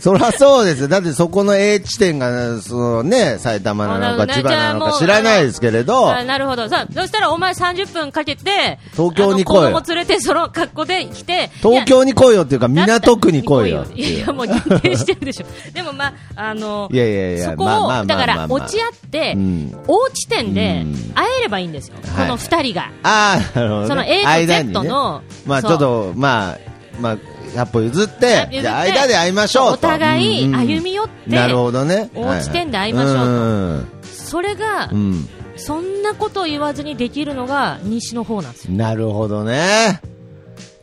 S3: そりゃそうですよ。だってそこの A 地点が、そのね、埼玉なの
S1: あなるほど
S3: か
S1: ね
S3: 千葉なの
S1: じゃあも
S3: か
S1: う
S3: 知らないですけれど、
S1: あなるほど、さあそしたらお前30分かけて、
S3: 東京に来い
S1: あの子供連れて、その格好で来て、
S3: 東京に来いよっていうか、
S1: いや
S3: 港区に来いよって
S1: いやい
S3: いう
S1: や、。もう限定してるでしょ、 でもまあ、あの、
S3: いやいやいや
S1: そこ
S3: まあまあまあ
S1: を、だか
S3: まあ
S1: ら、
S3: まあ
S1: 落ち合って
S3: うん、
S1: O 地点で
S3: うん
S1: 会えればいいんですよ、
S3: はい
S1: この2人が。
S3: ああ、なるほど、ね。
S1: その A と
S3: 間に
S1: Z の
S3: まあち
S1: そう
S3: ょっと、まあ、まあ、100歩譲って、
S1: 譲って
S3: じゃあ間で会いましょうと。
S1: お互い
S3: うん
S1: 歩み寄って
S3: なるほどね。
S1: 大地点で会いましょうと
S3: うん
S1: それが、
S3: うん。
S1: そんなこと言わずにできるのが西の方なんですよ。
S3: なるほどね。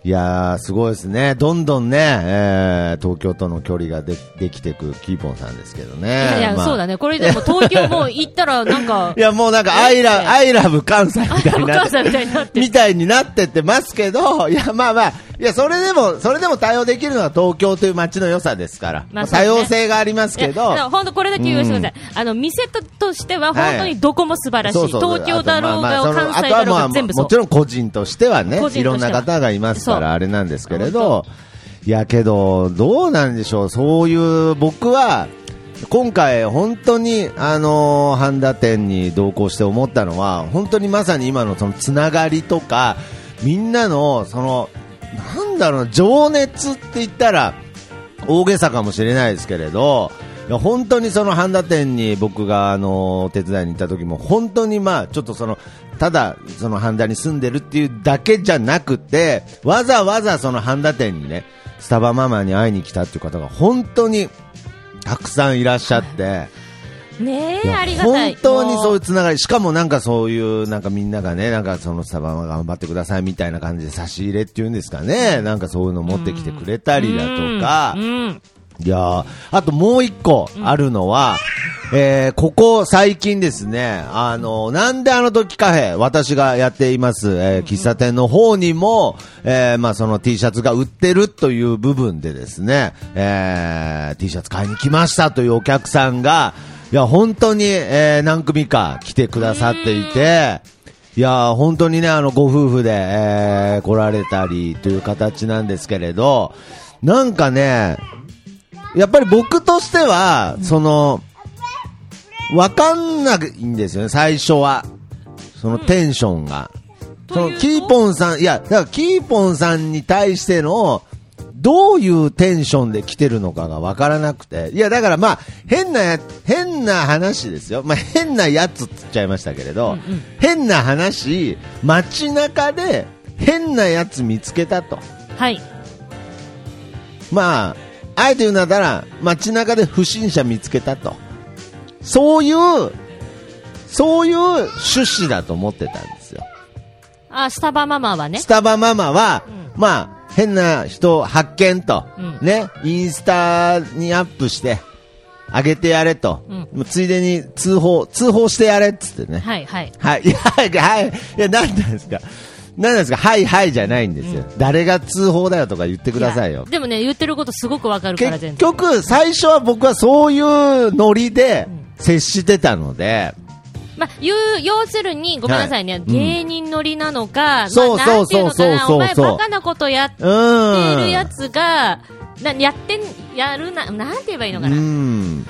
S3: いやー、すごいですね。どんどんね、えー東京との距離がでできてくキーポンさんですけどね。い
S1: いやいや、そうだね。これでも東京も行ったら、なんか
S3: い、や、もうなんか、アイラ、アイラブ関西みたいに
S1: お
S3: な
S1: 母
S3: って
S1: さんみたいになって
S3: み。たいになってってますけど、いや、まあまあ、いや、それでも、それでも対応できるのは東京という街の良さですから、
S1: まあそう
S3: 多
S1: ね
S3: 様性がありますけ
S1: いやだ
S3: ど
S1: か、ら本当これだけ言わせてください。あの、店ととしては本当にどこも素晴らしい。
S3: そうそう
S1: 東京だろう
S3: あ
S1: が、
S3: とまあま
S1: 関西
S3: あその
S1: だろう
S3: あとは
S1: が
S3: まあ
S1: 全部そう。
S3: もちろん個人としてはね
S1: 個人とし、
S3: い
S1: ては
S3: ろんな方がいますか
S1: そう
S3: ら、あれなんですけれど、いやけど、どうなんでしょう、そういう、僕は、今回、本当に、あのー、半田店に同行して思ったのは、本当にまさに今のそのつながりとか、みんなの、その、なんだろうな、情熱って言ったら、大げさかもしれないですけれど、いや本当にその半田店に僕があのお手伝いに行った時も、本当にまあちょっとそのただその半田に住んでるっていうだけじゃなくて、わざわざその半田店にね、スタバママに会いに来たっていう方が本当にたくさんいらっしゃって。
S1: ね
S3: い
S1: え、
S3: や
S1: ありがたい。
S3: 本当にそうい
S1: も
S3: うつながり、しかもなんかそういう、なんかみんながね、なんかそのスタバは頑張ってくださいみたいな感じで差し入れっていうんですかね、なんかそういうの持ってきてくれたりだとか、
S1: うん。
S3: いやーあともう一個あるのは、えー、ここ最近ですね、あの、なんであの時カフェ、私がやっています、えー喫茶店の方にも、えー、まあその T シャツが売ってるという部分でですね、えー、T シャツ買いに来ましたというお客さんが、いや、本当に、えー、何組か来てくださっていて、いやー本当にね、あの、ご夫婦で、えー、来られたりという形なんですけれど、なんかね、やっぱり僕としては、その、わかんないんですよね、最初は。そのテンションが。そ
S1: と
S3: の
S1: いうと
S3: キーポンさん、いや、だからキーポンさんに対しての、どういうテンションで来てるのかがわからなくて。いや、だからまあ、変なや、変な話ですよ。まあ、変なやつって言っちゃいましたけれど、変な話、街中で変なやつ見つけたと。
S1: はい。
S3: まあ、あえて言うなら、街中で不審者見つけたと。そういう、そういう趣旨だと思ってたんですよ。
S1: あ、スタバママはね
S3: ス。タバママは、まあ、変な人発見と、
S1: うん
S3: ね、インスタにアップして、上げてやれと、
S1: うん
S3: もうついでに通報、通報してやれっつってね。
S1: はいはい。
S3: はい、いや、はい、はい、いや、なんなんですか。なんなんですか、はい、はいじゃないんですよ。誰が通報だよとか言ってくださいよ
S1: や。でもね、言ってることすごくわかるから、
S3: 結
S1: 全然。
S3: 局、最初は僕はそういうノリで接してたので、
S1: まあ、言う、要するに、ごめんなさいね、
S3: はいうん
S1: 芸人乗りなのか、
S3: そう
S1: まあ、なんていうのか
S3: そうそうそう
S1: な、
S3: そう
S1: お前バカなことやって
S3: うん。
S1: るやつが、なやってん、やるな、なんて言えばいいの
S3: う
S1: かな。
S3: ん。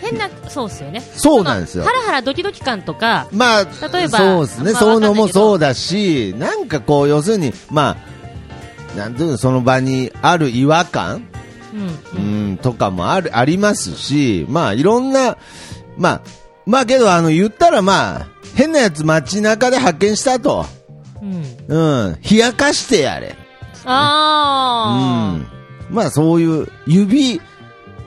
S1: 変な、そうっすよね。
S3: そうなんですよ
S1: ハラハラドキドキ感とか、
S3: まあ、
S1: 例えば
S3: そうですね、
S1: まあ
S3: そうい
S1: わかん
S3: うの
S1: ない
S3: も
S1: けど
S3: そうだし、なんかこう、要するに、まあ、なんていうのその場にある違和感
S1: うん。
S3: うん、とかもある、ありますし、まあいろんな、まあ、まあけどあの言ったらまあ、変なやつ街中で発見したと。
S1: うん。
S3: うん、冷やかしてやれ。ですね。う
S1: あ
S3: ん。まあそういう、指、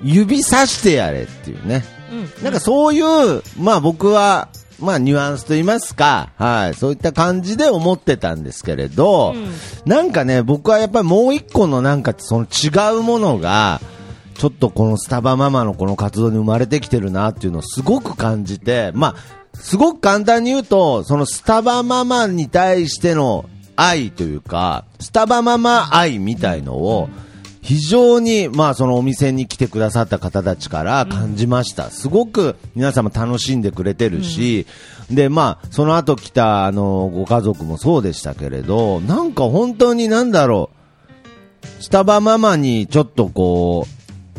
S3: 指さしてやれっていうね。
S1: あ、うん、
S3: なんかそういう、まあ僕は、まあニュアンスと言いますか、はい、そういった感じで思ってたんですけれど、
S1: うん
S3: なんかね、僕はやっぱりもう一個のなんかその違うものが、ちょっとこのスタバママのこの活動に生まれてきてるなっていうのをすごく感じて、まあ、すごく簡単に言うと、そのスタバママに対しての愛というか、スタバママ愛みたいのを、非常に、まあ、そのお店に来てくださった方たちから感じました。すごく皆様楽しんでくれてるし、で、まあ、その後来た、あの、ご家族もそうでしたけれど、なんか本当になんだろう、スタバママにちょっとこ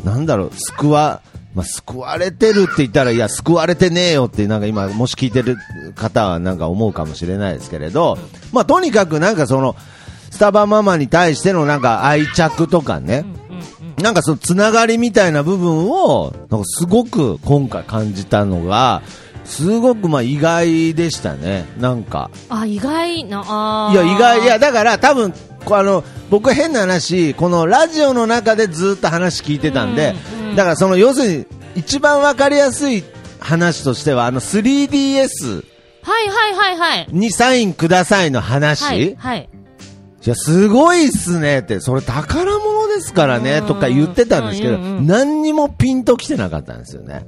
S3: う、なんだろう、救わ、まあ、救われてるって言ったら、いや、救われてねえよって、なんか今、もし聞いてる方はなんか思うかもしれないですけれど、まあ、とにかくなんかその、スタバママに対してのなんか愛着とかね、なんかそのつながりみたいな部分を、なんかすごく今回感じたのが、すごくまあ意外でしたね、なんか。
S1: あ意外な、あー
S3: いや、意外、いや、、だから多分、こうあの、僕変な話、このラジオの中でずっと話聞いてたんで、だからその、要するに、一番わかりやすい話としては、あの、3DS
S1: はいはいはいはい、
S3: にサインくださいの話、
S1: はい、はい、
S3: いや、すごいっすねって、それ宝物ですからね、
S1: うん
S3: とか言ってたんですけど、
S1: うんうんうん
S3: 何にもピンときてなかったんですよね。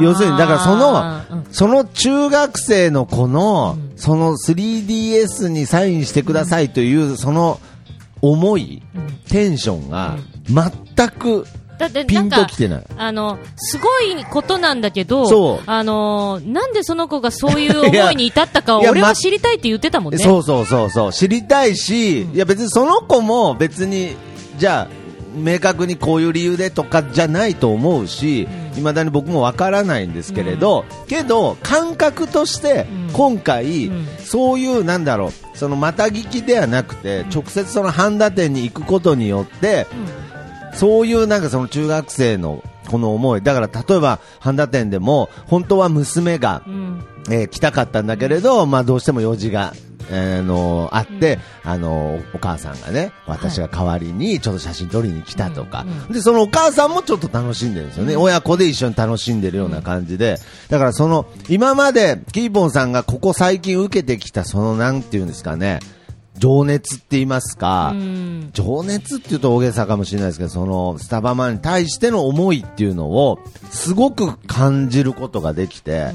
S3: 要するに、だからそ
S1: あーう
S3: の
S1: ん、
S3: その中学生の子の、その 3DS にサインしてくださいという、その思い、テンションが、全く
S1: だって
S3: ピ
S1: な
S3: ン
S1: ん
S3: と
S1: か
S3: きてない。
S1: あのすごいことなんだけど、
S3: そう
S1: あのなんでその子がそういう思いに至ったかを
S3: いや
S1: 俺
S3: ま
S1: は知りたいって言ってたもんね。
S3: そうそうそうそう知りたいし、いや別にその子も別にじゃあ明確にこういう理由でとかじゃないと思うし、いまだに僕もわからないんですけれど、けど感覚として
S1: うん
S3: 今回、
S1: うん
S3: そういうなんだろうそのまた聞きではなくて、直接その半田店に行くことによって、そういうなんかその中学生のこの思いだから例えば半田店でも本当は娘が
S1: うん
S3: えー来たかったんだけれど、まあ、どうしても用事が、えーのあって、あのお母さんがね私が代わりにちょっと写真撮りに来たとか、でそのお母さんもちょっと楽しんでるんですよね、親子で一緒に楽しんでるような感じでだからその今までキーボンさんがここ最近受けてきたそのなんていうんですかね情熱って言いますか、
S1: うん
S3: 情熱っていうと大げさかもしれないですけど、そのスタバマンに対しての思いっていうのをすごく感じることができて、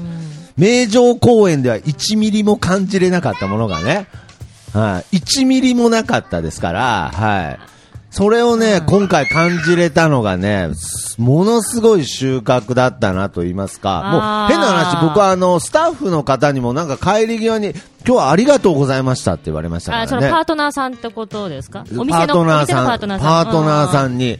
S3: 名城公園では1ミリも感じれなかったものがね、はい、1ミリもなかったですから、はい。それをね、今回感じれたのがね、すものすごい収穫だったなと言いますか、も
S1: あ
S3: う
S1: ー
S3: 変な話、僕はあの、スタッフの方にもなんか帰り際に、今日はありがとうございましたって言われましたから
S1: あ
S3: ね。
S1: そのパートナーさんってことですかお店の
S3: パートナーさ
S1: お店の
S3: ん、
S1: パートナーさん。
S3: パートナーさ
S1: うん
S3: に、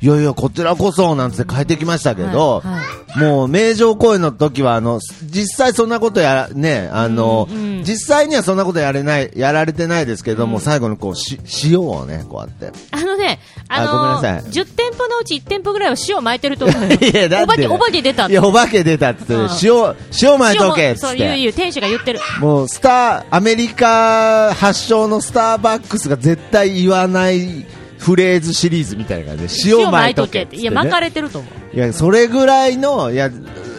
S3: いやいや、こちらこそ、なんつって帰ってきましたけど、
S1: はいは
S3: もう、名城公園の時は、あの、実際そんなことやら、ね、あの、
S1: うんうん
S3: 実際にはそんなことやれない、やられてないですけども、最後にこう、し、塩をね、こうやって。
S1: あのね、あの
S3: あごめんなさい
S1: 10店舗のうち1店舗ぐらいは塩巻いてると思うよ
S3: いや、だ
S1: お
S3: っ
S1: 化
S3: て。
S1: け、お化け出たっ
S3: い
S1: て。
S3: や、お化け出たっつって
S1: うん、
S3: 塩、塩巻い
S1: 塩
S3: と
S1: も
S3: けっつ
S1: そ
S3: っ
S1: う、言う
S3: て。
S1: 言う、店主が言ってる。
S3: もう、スター、アメリカ発祥のスターバックスが絶対言わないフレーズシリーズみたいな感じで、塩巻いとけっつって、ね。
S1: いや、巻かれてると思う。
S3: いや、それぐらいの、いや、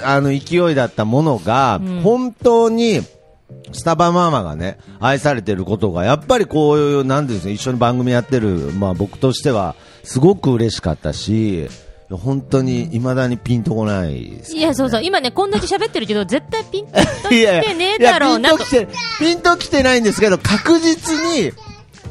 S3: あの、勢いだったものが、本当に、スタバママがね、愛されてることが、やっぱりこういう、なんていうんですか、一緒に番組やってる、まあ僕としては、すごく嬉しかったし、いや本当に、未だにピンとこないです
S1: いや、そうそう、今ね、こんだけ喋ってるけど、絶対ピンとき
S3: いや
S1: てねえだろう
S3: いや
S1: な
S3: ピ
S1: と
S3: ンとき。て、ピンときてないんですけど、確実に、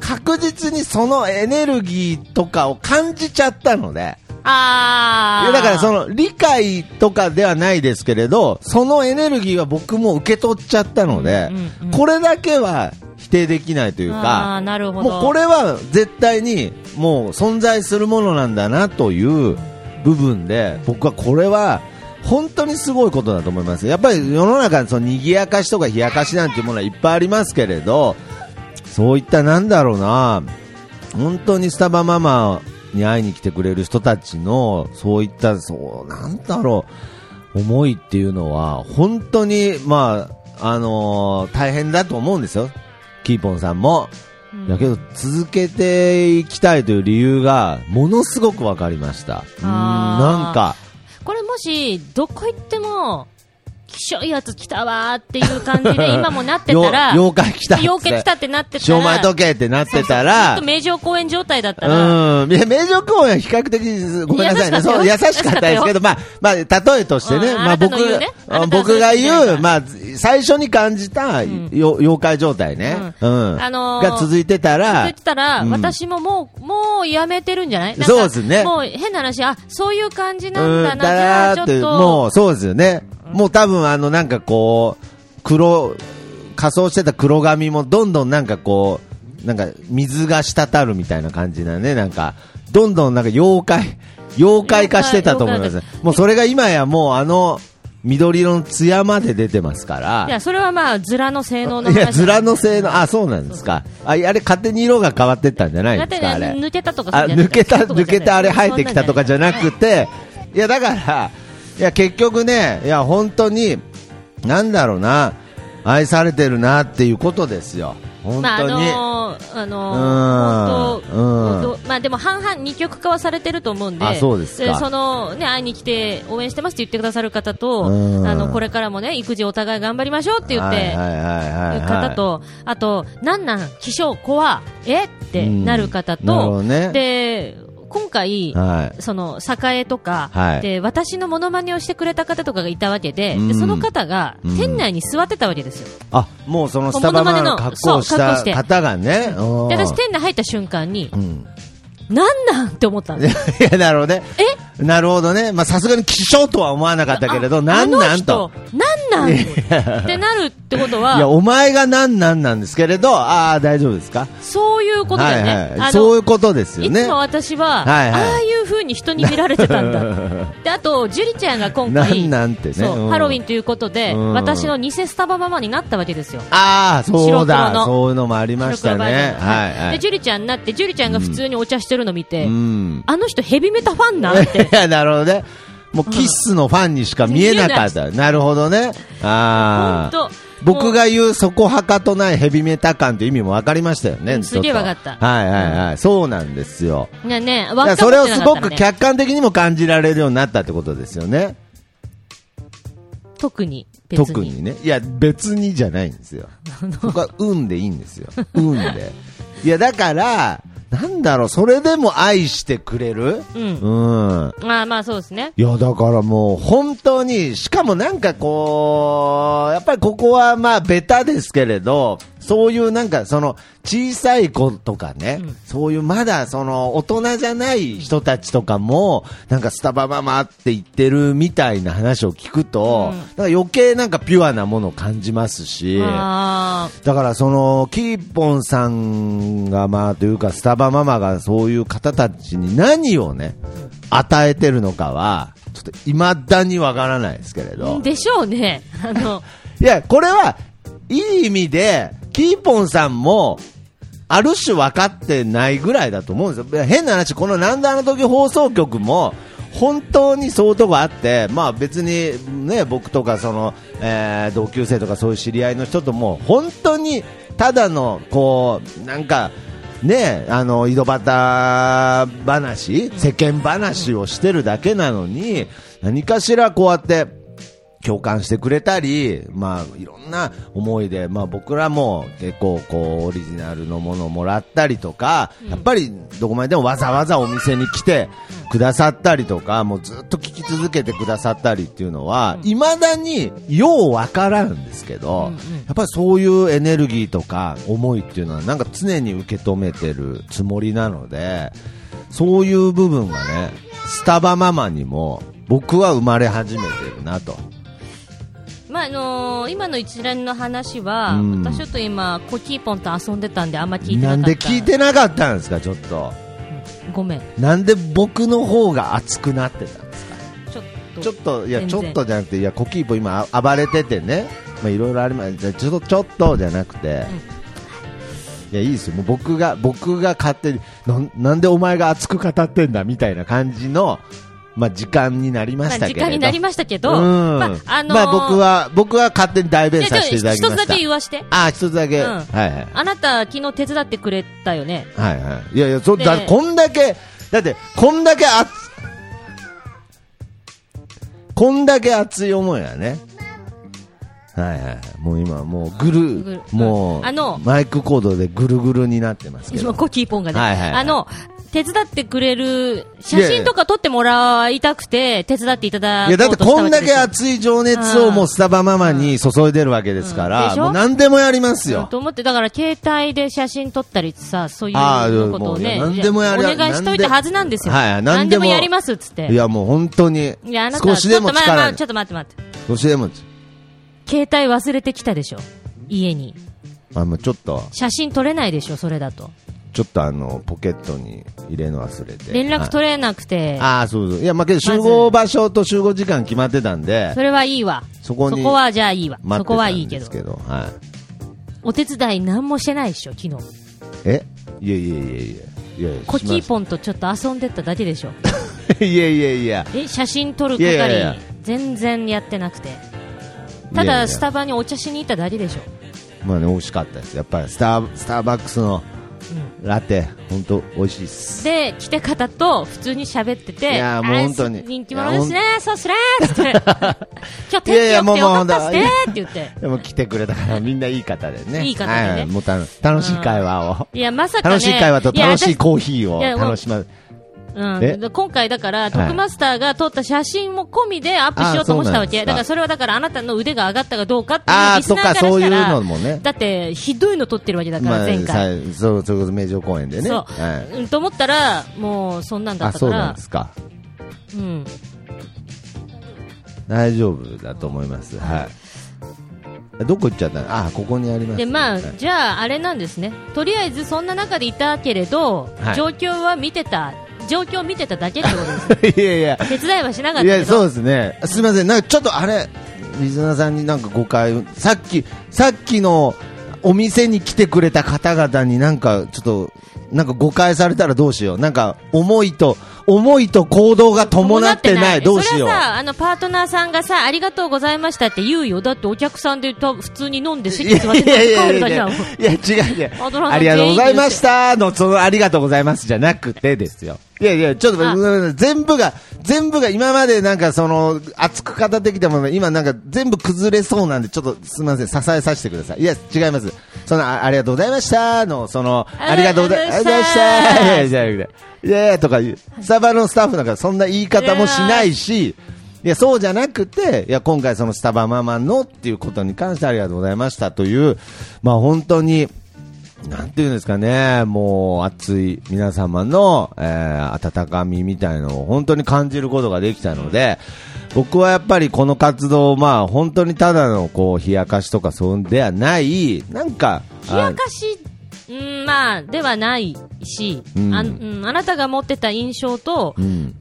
S3: 確実にそのエネルギーとかを感じちゃったので、
S1: あ
S3: い
S1: ー。
S3: やだからそ
S1: の、
S3: の理解とかではないですけれどそのエネルギーは僕も受け取っちゃったので、
S1: うんうんうん
S3: これだけは否定できないという
S1: あー
S3: か
S1: なるほど。
S3: もうこれは絶対にもう存在するものなんだなという部分で僕はこれは本当にすごいことだと思いますやっぱり世の中にその賑やかしとか冷やかしなんていうものはいっぱいありますけれどそういったなんだろうな本当にスタバママに会いに来てくれる人たちのそういったそうなんだろう思いっていうのは本当にまああのー大変だと思うんですよキーポンさんも
S1: うん
S3: だけど続けていきたいという理由がものすごく分かりましたうんなんか
S1: これもし、どこ行っても、きしょいやつ来たわーっていう感じ で今もなってたら、
S3: よ妖怪来たっつって
S1: 妖怪来たってなってたら、
S3: 塩前時計ってなってたら
S1: ちょっと名城公園状態だったら、
S3: うん。いや、名城公園は比較的、ごめんなさい
S1: 優しかっ
S3: ね。
S1: た
S3: そ
S1: よ
S3: う、優しかったですけど、まあ、まあ、例えとしてね、
S1: うん
S3: ま
S1: あなた
S3: 僕
S1: の言うねあ
S3: が、
S1: なたの
S3: 僕が
S1: そういう
S3: 言う、
S1: 時代
S3: まあ、最初に感じた、よ妖怪状態ね。う。
S1: うんんあのー
S3: が続いてた
S1: そう
S3: ら
S1: 言っ、てたら、
S3: うん
S1: 私ももう、もうやめてるんじゃないなんか
S3: そうですね
S1: もう変な話、あ、そういう感じなんだ
S3: うん、
S1: な、じゃあちょっ
S3: って、
S1: と。
S3: もう、そうですよね。もう多分、あの、なんかこう、黒、仮装してた黒髪も、どんどんなんかこう、なんか、水が滴るみたいな感じだね。なんか、どんどんなんか妖 怪、妖怪化してたと思います
S1: 妖。
S3: もうそれが今やもうあの、緑色の艶まで出てますから。
S1: いや、それはまあ、ズラの性能の
S3: い
S1: 話。
S3: や、ズラの性能、あ、そうなんですか。あ、あれ、勝手に色が変わってったんじゃない
S1: だ
S3: ん
S1: っ
S3: で
S1: て
S3: すか、
S1: ね
S3: あれ。
S1: 抜けたとか
S3: あ
S1: そうじゃない
S3: 抜けた、抜けたあれ生えてきたとかじゃなくて、いやだから、いや結局ね、いや本当に、なんだろうな、愛されてるなっていうことですよ、本
S1: まあ
S3: 当に。
S1: あのーあのー本
S3: うん
S1: 当、本当まあでも半々二極化はされてると思うんで、
S3: あそうですか
S1: そのね会いに来て応援してますって言ってくださる方と、
S3: うん
S1: あのこれからもね育児お互い頑張りましょうって言っ
S3: はいはい
S1: て
S3: はいはいはい
S1: 方と、あとなんなん気象怖えってなる方
S3: うんなるほ
S1: と、
S3: どね
S1: で今回、
S3: はい
S1: その栄とか、
S3: はい
S1: で私のモノマネをしてくれた方とかがいたわけで、
S3: うん
S1: でその方が
S3: うん
S1: 店内に座ってたわけですよ。
S3: あもうそのスタバマンの格好をし
S1: そう格好
S3: た
S1: して
S3: 方がね、うん
S1: で私、店内入った瞬間に、
S3: うん
S1: なんなんって思ったの。
S3: いや、なるほどね。なるほどね。まあ、さすがに気象とは思わなかったけれど、
S1: あ
S3: なんなんと。。
S1: あの人なんなんってなるってこと
S3: いや、
S1: は、
S3: お前がなんなんなんですけれど、ああ、大丈夫ですか
S1: そういうことだよね。
S3: はい
S1: あ
S3: はい、
S1: の
S3: そういうことですよね。
S1: いつも私は、
S3: はいはい
S1: ああいう風に人に見られてたん だ。で、あと、樹里ちゃんが今
S3: な
S1: 回、
S3: んなんてね
S1: そう
S3: うん
S1: ハロウィンということで、
S3: うん
S1: 私の偽スタバママになったわけですよ。
S3: ああ、そう
S1: 白黒
S3: だ、
S1: の
S3: そういうのもありました
S1: 白黒バー
S3: ね。
S1: ジョン
S3: はいは
S1: で、
S3: い。
S1: 樹里ちゃんになって、樹里ちゃんが普通にお茶してるの見て、
S3: うん。
S1: あの人ヘビメタファンなんて。
S3: いや、なるほどね。もうキッスのファンにしか見えなかった。なるほどね。ああ
S1: ほんと。
S3: 僕が言う、そこはかとないヘビメタ感って意味も分かりましたよね。
S1: うん
S3: ちょっと
S1: すげえ分かった
S3: はいはいはい。そうなんですよ。
S1: ねね、
S3: だか
S1: 輪
S3: ら
S1: っか
S3: そ
S1: 持
S3: れを
S1: ってな
S3: す
S1: かっ
S3: ご
S1: たの
S3: く
S1: ね
S3: 客観的にも感じられるようになったってことですよね。
S1: 特に、別に。
S3: 特にね。いや、別にじゃないんですよ。そこは運でいいんですよ。運で。いや、だから、なんだろう、それでも愛してくれる
S1: うん。
S3: うん。
S1: まあまあそうですね。
S3: いや、だからもう本当に、しかもなんかこう、やっぱりここはまあベタですけれど、そういうなんかその小さい子とかね、そういうまだその大人じゃない人たちとかも、なんかスタバママって言ってるみたいな話を聞くと、なんか余計なんかピュアなものを感じますし、
S1: あ
S3: だからそのキーポンさんがまあというかスタバママがそういう方たちに何をね与えてるのかはちょっと未だにわからないですけれ
S1: ー
S3: ど
S1: でしょうね。 あの、
S3: いやこれはいい意味でキーポンさんもある種分かってないぐらいだと思うんですよ変な話この「なんだあの時」放送局も本当にそういうとこあって、まあ、別に、ね、僕とかその、えー同級生とかそういう知り合いの人とも本当にただのこうなんか、ね、あの井戸端話世間話をしてるだけなのに何かしらこうやって。共感してくれたり、まあ、いろんな思いで、まあ、僕らも結構こうオリジナルのものをもらったりとか、やっぱりどこまででもわざわざお店に来てくださったりとかもうずっと聞き続けてくださったりっていうのはいま、未だにようわからんですけど、
S1: うんうん
S3: やっぱりそういうエネルギーとか思いっていうのはなんか常に受け止めてるつもりなのでそういう部分がねスタバママにも僕は生まれ始めてるなと。
S1: まああのー今の一連の話は、
S3: うん
S1: 私ちょっと今、コキーポンと遊んでたんで、あんま聞いてな
S3: な
S1: かった。
S3: んで聞いてなかったんですか、ちょっと。
S1: ごめん。
S3: なんで僕の方が熱くなってたんですか。
S1: ちょっと。
S3: ちょっと、いや、
S1: 全
S3: ちょ
S1: 然
S3: っとじゃなくて、いや、コキーポ今あ暴れててね。まあ、いろいろあります。じゃあちょっと、ちょっとじゃなくて。いや、いいですよ。もう僕が、僕が勝手に、なん、なんでお前が熱く語ってんだみたいな感じの。まあ、時間になりま
S1: ま
S3: し
S1: あ、
S3: たけ
S1: 時
S3: れど、
S1: 間になりましたけど、
S3: うん
S1: まあ、あのー
S3: まあ僕は、僕は勝手に代弁
S1: じゃ
S3: さ
S1: あ
S3: せ
S1: ち
S3: て
S1: ょ
S3: い
S1: ったと
S3: だ
S1: 一
S3: き
S1: つ
S3: ました。
S1: だけ言わして。
S3: あ、一つだけ。
S1: うん
S3: はいはい。
S1: あなた、昨日手伝ってくれたよね。
S3: はいはい。いやいや、そ、
S1: で
S3: だ、こんだけ、だって、こんだけ熱、こんだけ熱い思いはね。はいはい。もう今、もうぐる、
S1: ぐる
S3: もう、
S1: あの
S3: マイクコードでぐるぐるになってますけ
S1: 今、
S3: ど。
S1: コキーポンがね。
S3: はいはいはい
S1: あの、手伝ってくれる、写
S3: いやいや
S1: 真とか撮ってもらいたくて、手伝っていただ
S3: いや、だってこんだけ
S1: 熱
S3: 熱い情熱をもうスタバママに注いでるわけですか
S1: うん
S3: ら、
S1: でしょ
S3: もう何でもやりますよ。
S1: と思って、だから携帯で写真撮ったりさ、そうい
S3: ああ
S1: うことをね、
S3: もういや何でもやる
S1: お願いしといたはずなんですよ。
S3: はいはい何
S1: 何
S3: で
S1: で
S3: も
S1: もやりますっつって。
S3: いや、もう本当に
S1: いやあ、なた
S3: 少しでも
S1: ちょっとまあま
S3: 力
S1: あ、
S3: に
S1: ちょっと待って待って。
S3: 少しでも、
S1: 携帯忘れてきたでしょ。家に。
S3: あもうちょっと、
S1: 写真撮れないでしょ、それだと。
S3: ちょっとあの、ポケットに入れるの忘れて。
S1: 連絡取
S3: れ
S1: れなくて、
S3: ああ、そうそう。いや、まあ、けど集合場所と集合時間決まってたんで、
S1: それはいいわ。
S3: そこに
S1: はじゃあいいわ。
S3: 待
S1: そ
S3: って
S1: こ
S3: た
S1: はいい
S3: ん
S1: け
S3: で
S1: ど
S3: す。けど、はい。
S1: お手伝い何もしてないでしょ、昨日。
S3: えいやいやいやいや。いやいや、
S1: コキー
S3: しま
S1: ポンとちょっと遊んでっただけでし ょ。
S3: す いやいやいや。
S1: え、写真撮る
S3: いやいやいや
S1: 係、全然やってなくて。た
S3: いやいや
S1: だ、スタバにお茶しに行っただけでしょ。
S3: まあね、美味しかったです。やっぱりスター、スターバックスのラテ、本当美味しいっす。
S1: で、来て方と普通に喋ってて、
S3: いやーもう本当に
S1: あー人気者ですね、そうっすねーっつ って、今日天気
S3: いやいや
S1: 良
S3: も
S1: く
S3: う
S1: てよかったっすね
S3: もう
S1: ーって言って。
S3: でも来てくれたから、みんないい方でね。
S1: いい方でね
S3: はい、もうたの楽しい会話を。
S1: いや、まさかね。
S3: 楽しい会話と楽しい
S1: や
S3: コーヒーを
S1: いやもう
S3: 楽しま、
S1: 私
S3: え
S1: うんで、今回だから、トクマスターが撮った写真も込みでアップしようと思ってたわ
S3: あそうなんですか
S1: け。だからそれはだからあなたの腕が上がったかどうかっていう
S3: あー
S1: リスナーからしたら。
S3: とかそういうのもね
S1: だって、ひどいの撮ってるわけだから、前回。
S3: さそう、そういうこと、名城公園でね。
S1: そう
S3: はい。
S1: うんと思ったら、もうそんなんだ
S3: あ、
S1: ったか
S3: そうなん
S1: ら
S3: で。すか。
S1: うん。
S3: 大丈夫だと思います。はい。どこ行っちゃったのあ、ここにあります
S1: で
S3: ね。
S1: ま
S3: は
S1: あ、
S3: い
S1: じゃあ、あれなんですね、とりあえずそんな中でいたけれど、
S3: はい
S1: 状況は見てた、状況を見てただけってこと ですね、
S3: いやいや。
S1: 手伝いはしなかっ
S3: い
S1: たけ
S3: や、そう
S1: ど、
S3: ですね。すみません。なんかちょっとあれ、リズナーさんになんか誤解、さっき、さっきのお店に来てくれた方々になんかちょっと、なんか誤解されたらどうしよう。なんか思いと、思いと行動が伴ってない。どうし
S1: それ
S3: よう。
S1: はさ、あのパートナーさんがさ、ありがとうございましたって言うよ、だってお客さんで多分普通に飲んで、席座って帰るだけだもん。
S3: いや、違う違う
S1: アドラーさん
S3: ありがとうございましたの、その、ありがとうございますじゃなくてですよ。いやいや、ちょっと
S1: あ
S3: ごめんなさい、全部が、全部が今までなんかその、熱く語ってきたものが、今なんか全部崩れそうなんで、ちょっとすみません、支えさせてください。いや、違います。その、あありがとうございましたの、その、
S1: あ
S3: ありがとうございま
S1: ありがとうござい
S3: し
S1: ました
S3: たいやいやいやいやいやとか言う、スタバのスタッフなんかそんな言い方もしないし、いや、そうじゃなくて、いや、今回そのスタバママのっていうことに関してありがとうございましたという、まあ本当に、なんていうんですかね、もう熱い皆様の、えー、温かみみたいのを本当に感じることができたので、僕はやっぱりこの活動、まあ本当にただのこう、冷やかしとかそんではない、なんか、
S1: 冷やかし、うん、まあ、ではないし、
S3: うん
S1: あうんあなたが持ってた印象と、
S3: あうん。
S1: うん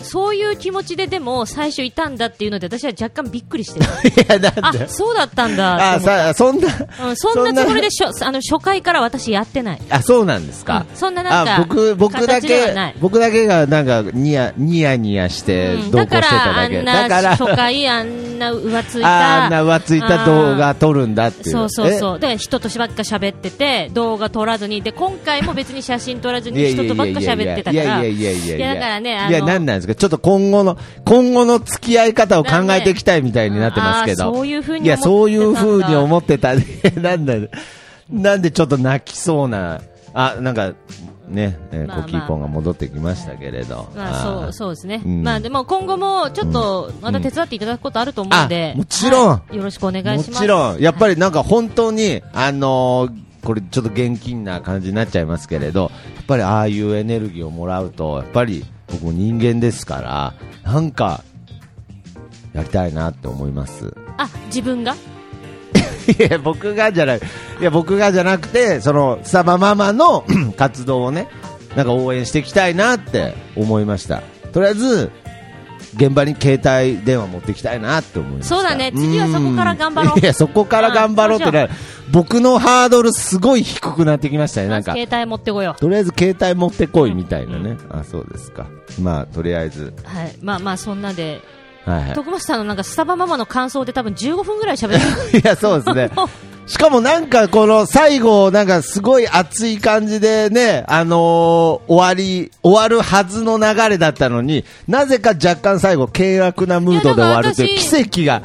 S1: そういう気持ちででも最初いたんだっていうので、私は若干びっくりしてる。
S3: いや、なんで
S1: あ、そうだったんだ
S3: あ、
S1: って思っ
S3: さ、そんな、
S1: た。うん、そんなつもりでしょ、あの、初回から私やってない。
S3: あ、そうなんですか。
S1: うんそんななんか
S3: あ僕、僕だ
S1: 形ではな
S3: け
S1: い、
S3: 僕だけがなんか、ニヤ、ニヤニヤして
S1: うん、
S3: 同
S1: だ
S3: 行して
S1: か
S3: た
S1: ら、
S3: だ
S1: あ
S3: け。
S1: ん
S3: だ
S1: な、
S3: から、
S1: 初回、あんな浮ついた。
S3: あんな浮ついた動
S1: あ
S3: 画
S1: ー。
S3: 撮るんだっていう。
S1: そうそう
S3: う。
S1: そう。で、人とばっか喋ってて、動画撮らずに、で、今回も別に写真撮らず
S3: いや
S1: に、
S3: いや
S1: 人
S3: い
S1: とばっか
S3: やい
S1: 喋っ
S3: や
S1: て
S3: い
S1: た
S3: や
S1: か
S3: い
S1: ら。
S3: やいやいや
S1: いやだからねあの
S3: いや、なんなんですか。ちょっと今後の、今後の付き合い方を考えていきたいみたいになってますけ
S1: あ
S3: ど。
S1: ーそういうふうに思ってたんだ
S3: いや、そういうふうに思ってた。いや なんだ、なんでちょっと泣きそうな、あ、なんか、ね、え
S1: まあまあ
S3: ーコキーポンが戻ってきましたけれど。
S1: まあ、
S3: ー
S1: そう、そうですね。
S3: うん
S1: まあ、でも今後も、ちょっと、また手伝っていただくことあると思うんで。
S3: あもちろん
S1: はいよろしくお願いします。
S3: もちろん、やっぱりなんか本当に、あのーこれちょっと現金な感じになっちゃいますけれど、やっぱりああいうエネルギーをもらうと、やっぱり僕も人間ですから、なんか、やりたいなって思います。
S1: あ、自分が
S3: いや、僕がじゃない、いや、僕がじゃなくて、その、スタバママの活動をね、なんか応援していきたいなって思いました。とりあえず、現場に携帯電話持ってきたいなって思いました。
S1: そうだね次はそこから頑張ろう
S3: いや、そこから頑張ろうってなる。僕のハードルすごい低くなってきましたね、なんか。
S1: 携帯持ってこよ
S3: とりあえず携帯持ってこいみたいなね。あ、そうですか。まあ、とりあえ
S1: う。
S3: ず。
S1: はい。まあまあ、そんなで、
S3: はいはい。
S1: 徳橋さんのなんかスタバママの感想で多分15分ぐらい喋ってる。
S3: いや、そうですね。しかもなんかこの最後、なんかすごい熱い感じでね、あのー終わり、終わるはずの流れだったのに、なぜか若干最後、軽楽なムードで終わるとい
S1: いうや
S3: 奇跡が、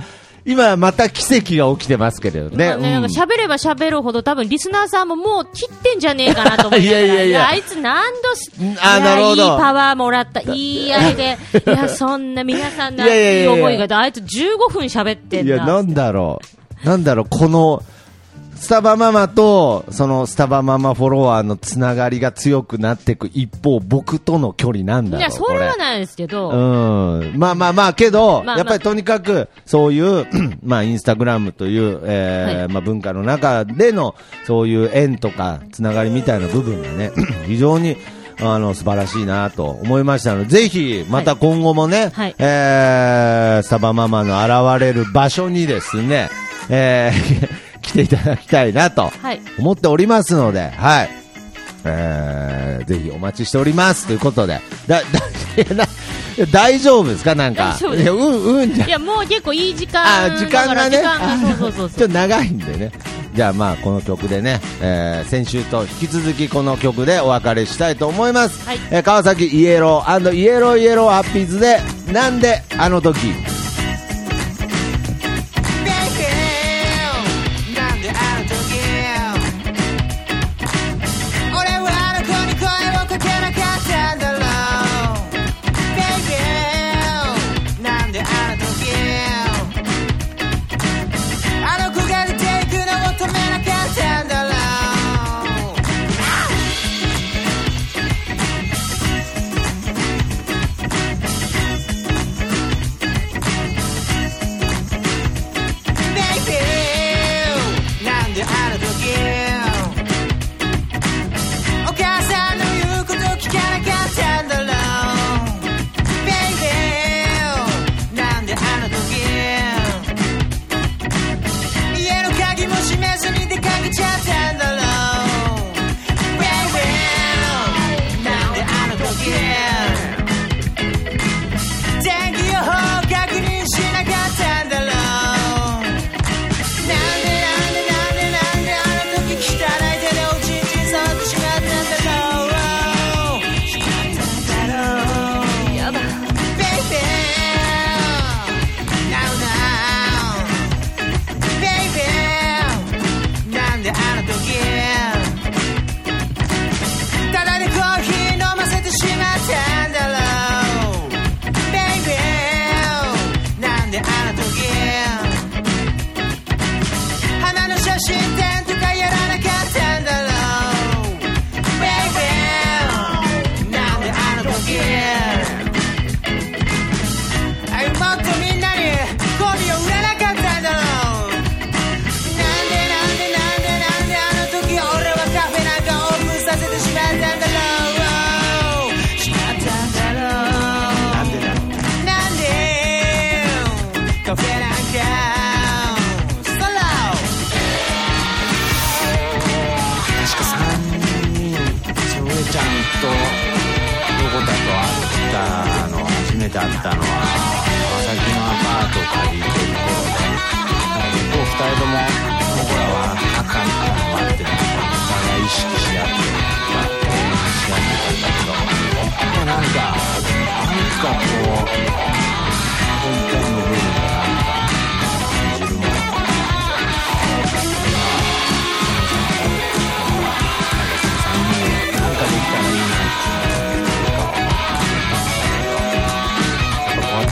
S3: 今また奇跡が起きてますけれどね。
S1: ね、なんか
S3: うん
S1: 喋れば喋るほど多分リスナーさんももう切ってんじゃねえかなと思って。
S3: いやいやいや
S1: あいつ何度し、
S3: んあ
S1: いや
S3: なるほど
S1: いいパワーもらった。いいアイデア。いや、そんな皆さんの
S3: いやいやいや
S1: い
S3: い
S1: い
S3: や
S1: 思いが、あいつ15分喋ってん
S3: い
S1: だ。
S3: や、なんだろう。なんだろう、この、スタバママと、そのスタバママフォロワーのつながりが強くなっていく一方、僕との距離なんだろう。
S1: いや、そ
S3: こ
S1: れはないですけど、
S3: うんまあまあまあ、け
S1: ま
S3: ど、
S1: あまあ
S3: やっぱりとにかく、そういう、 まあ、インスタグラムという、えー
S1: はい
S3: まあ、文化の中での、そういう縁とか、つながりみたいな部分がね、 非常に、あの、素晴らしいなと思いましたので、ぜひ、また今後もね、
S1: はい
S3: えー、サバママの現れる場所にですね、えー 来ていただきたいなと
S1: はい。
S3: 思っておりますので、はい。えー、ぜひお待ちしておりますということで。だ、だ、 いやな大丈夫ですかなんか。
S1: 大丈夫です
S3: いや、うん、うんじゃ
S1: い。や、もう結構いい時間
S3: あ、時間がね。
S1: だから時間がそうそ うそう
S3: あち
S1: そ
S3: ょ
S1: う
S3: っと。長いんでね。じゃあまあ、この曲でね、えー先週と引き続きこの曲でお別れしたいと思います。
S1: はい
S3: えー川崎イエローイエローイエローハッピーズで、なんであの時。
S4: なんであの時俺はあの子に声をかけなかったんだろう Baby なんであの時あの子が出ていくのを止めなかったんだろうなんであの時お母さんの言うこと聞かなかったんだろう Baby なんであの時家の鍵も閉めずに出かけちゃったんだろう Baby なんであの時天気予報確認しなかったんだろうなんでなんでなんでなんであの時汚い手でおちんちん触ってしまったんだろう Baby
S1: やば
S4: Now now Baby なんであの時ただでコーヒー飲ませてしまったんだろう Baby なんであの時花の写真展とかやらなかったんだろう Baby なんであの時あいもっとみんなにコーデを売らなかったんだろうなんでなんでなんでなんであの時俺はカフェなんかオープンさせてしまったんだろうしまったんだろうなんでなんでカフェなんかストロー
S5: 確か3人それちゃんとどこだと会ったの初めて会ったのは川崎のアパート借りてる頃でなんか結構2人とも僕らは赤に頑張ってなんかお互い意識し合ってバッテリーし合ってたんだけどでもなんかなんかこう本当の部分がなんか感じるものなんかできたらいいなっていうのがやっぱこうやって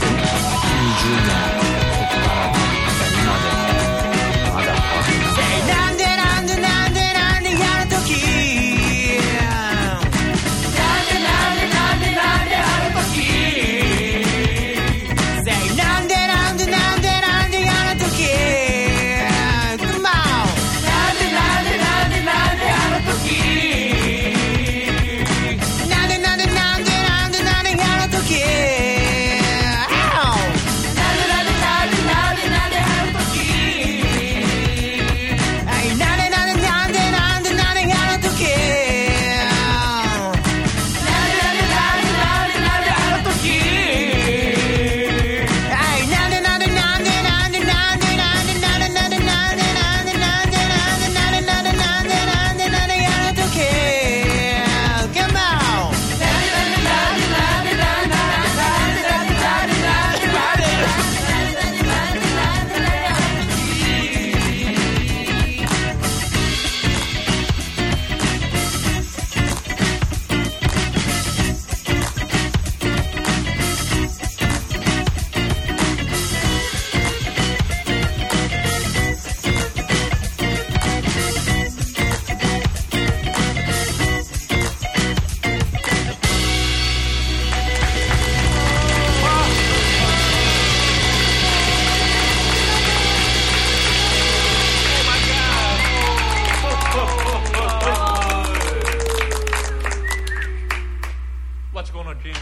S6: のチーム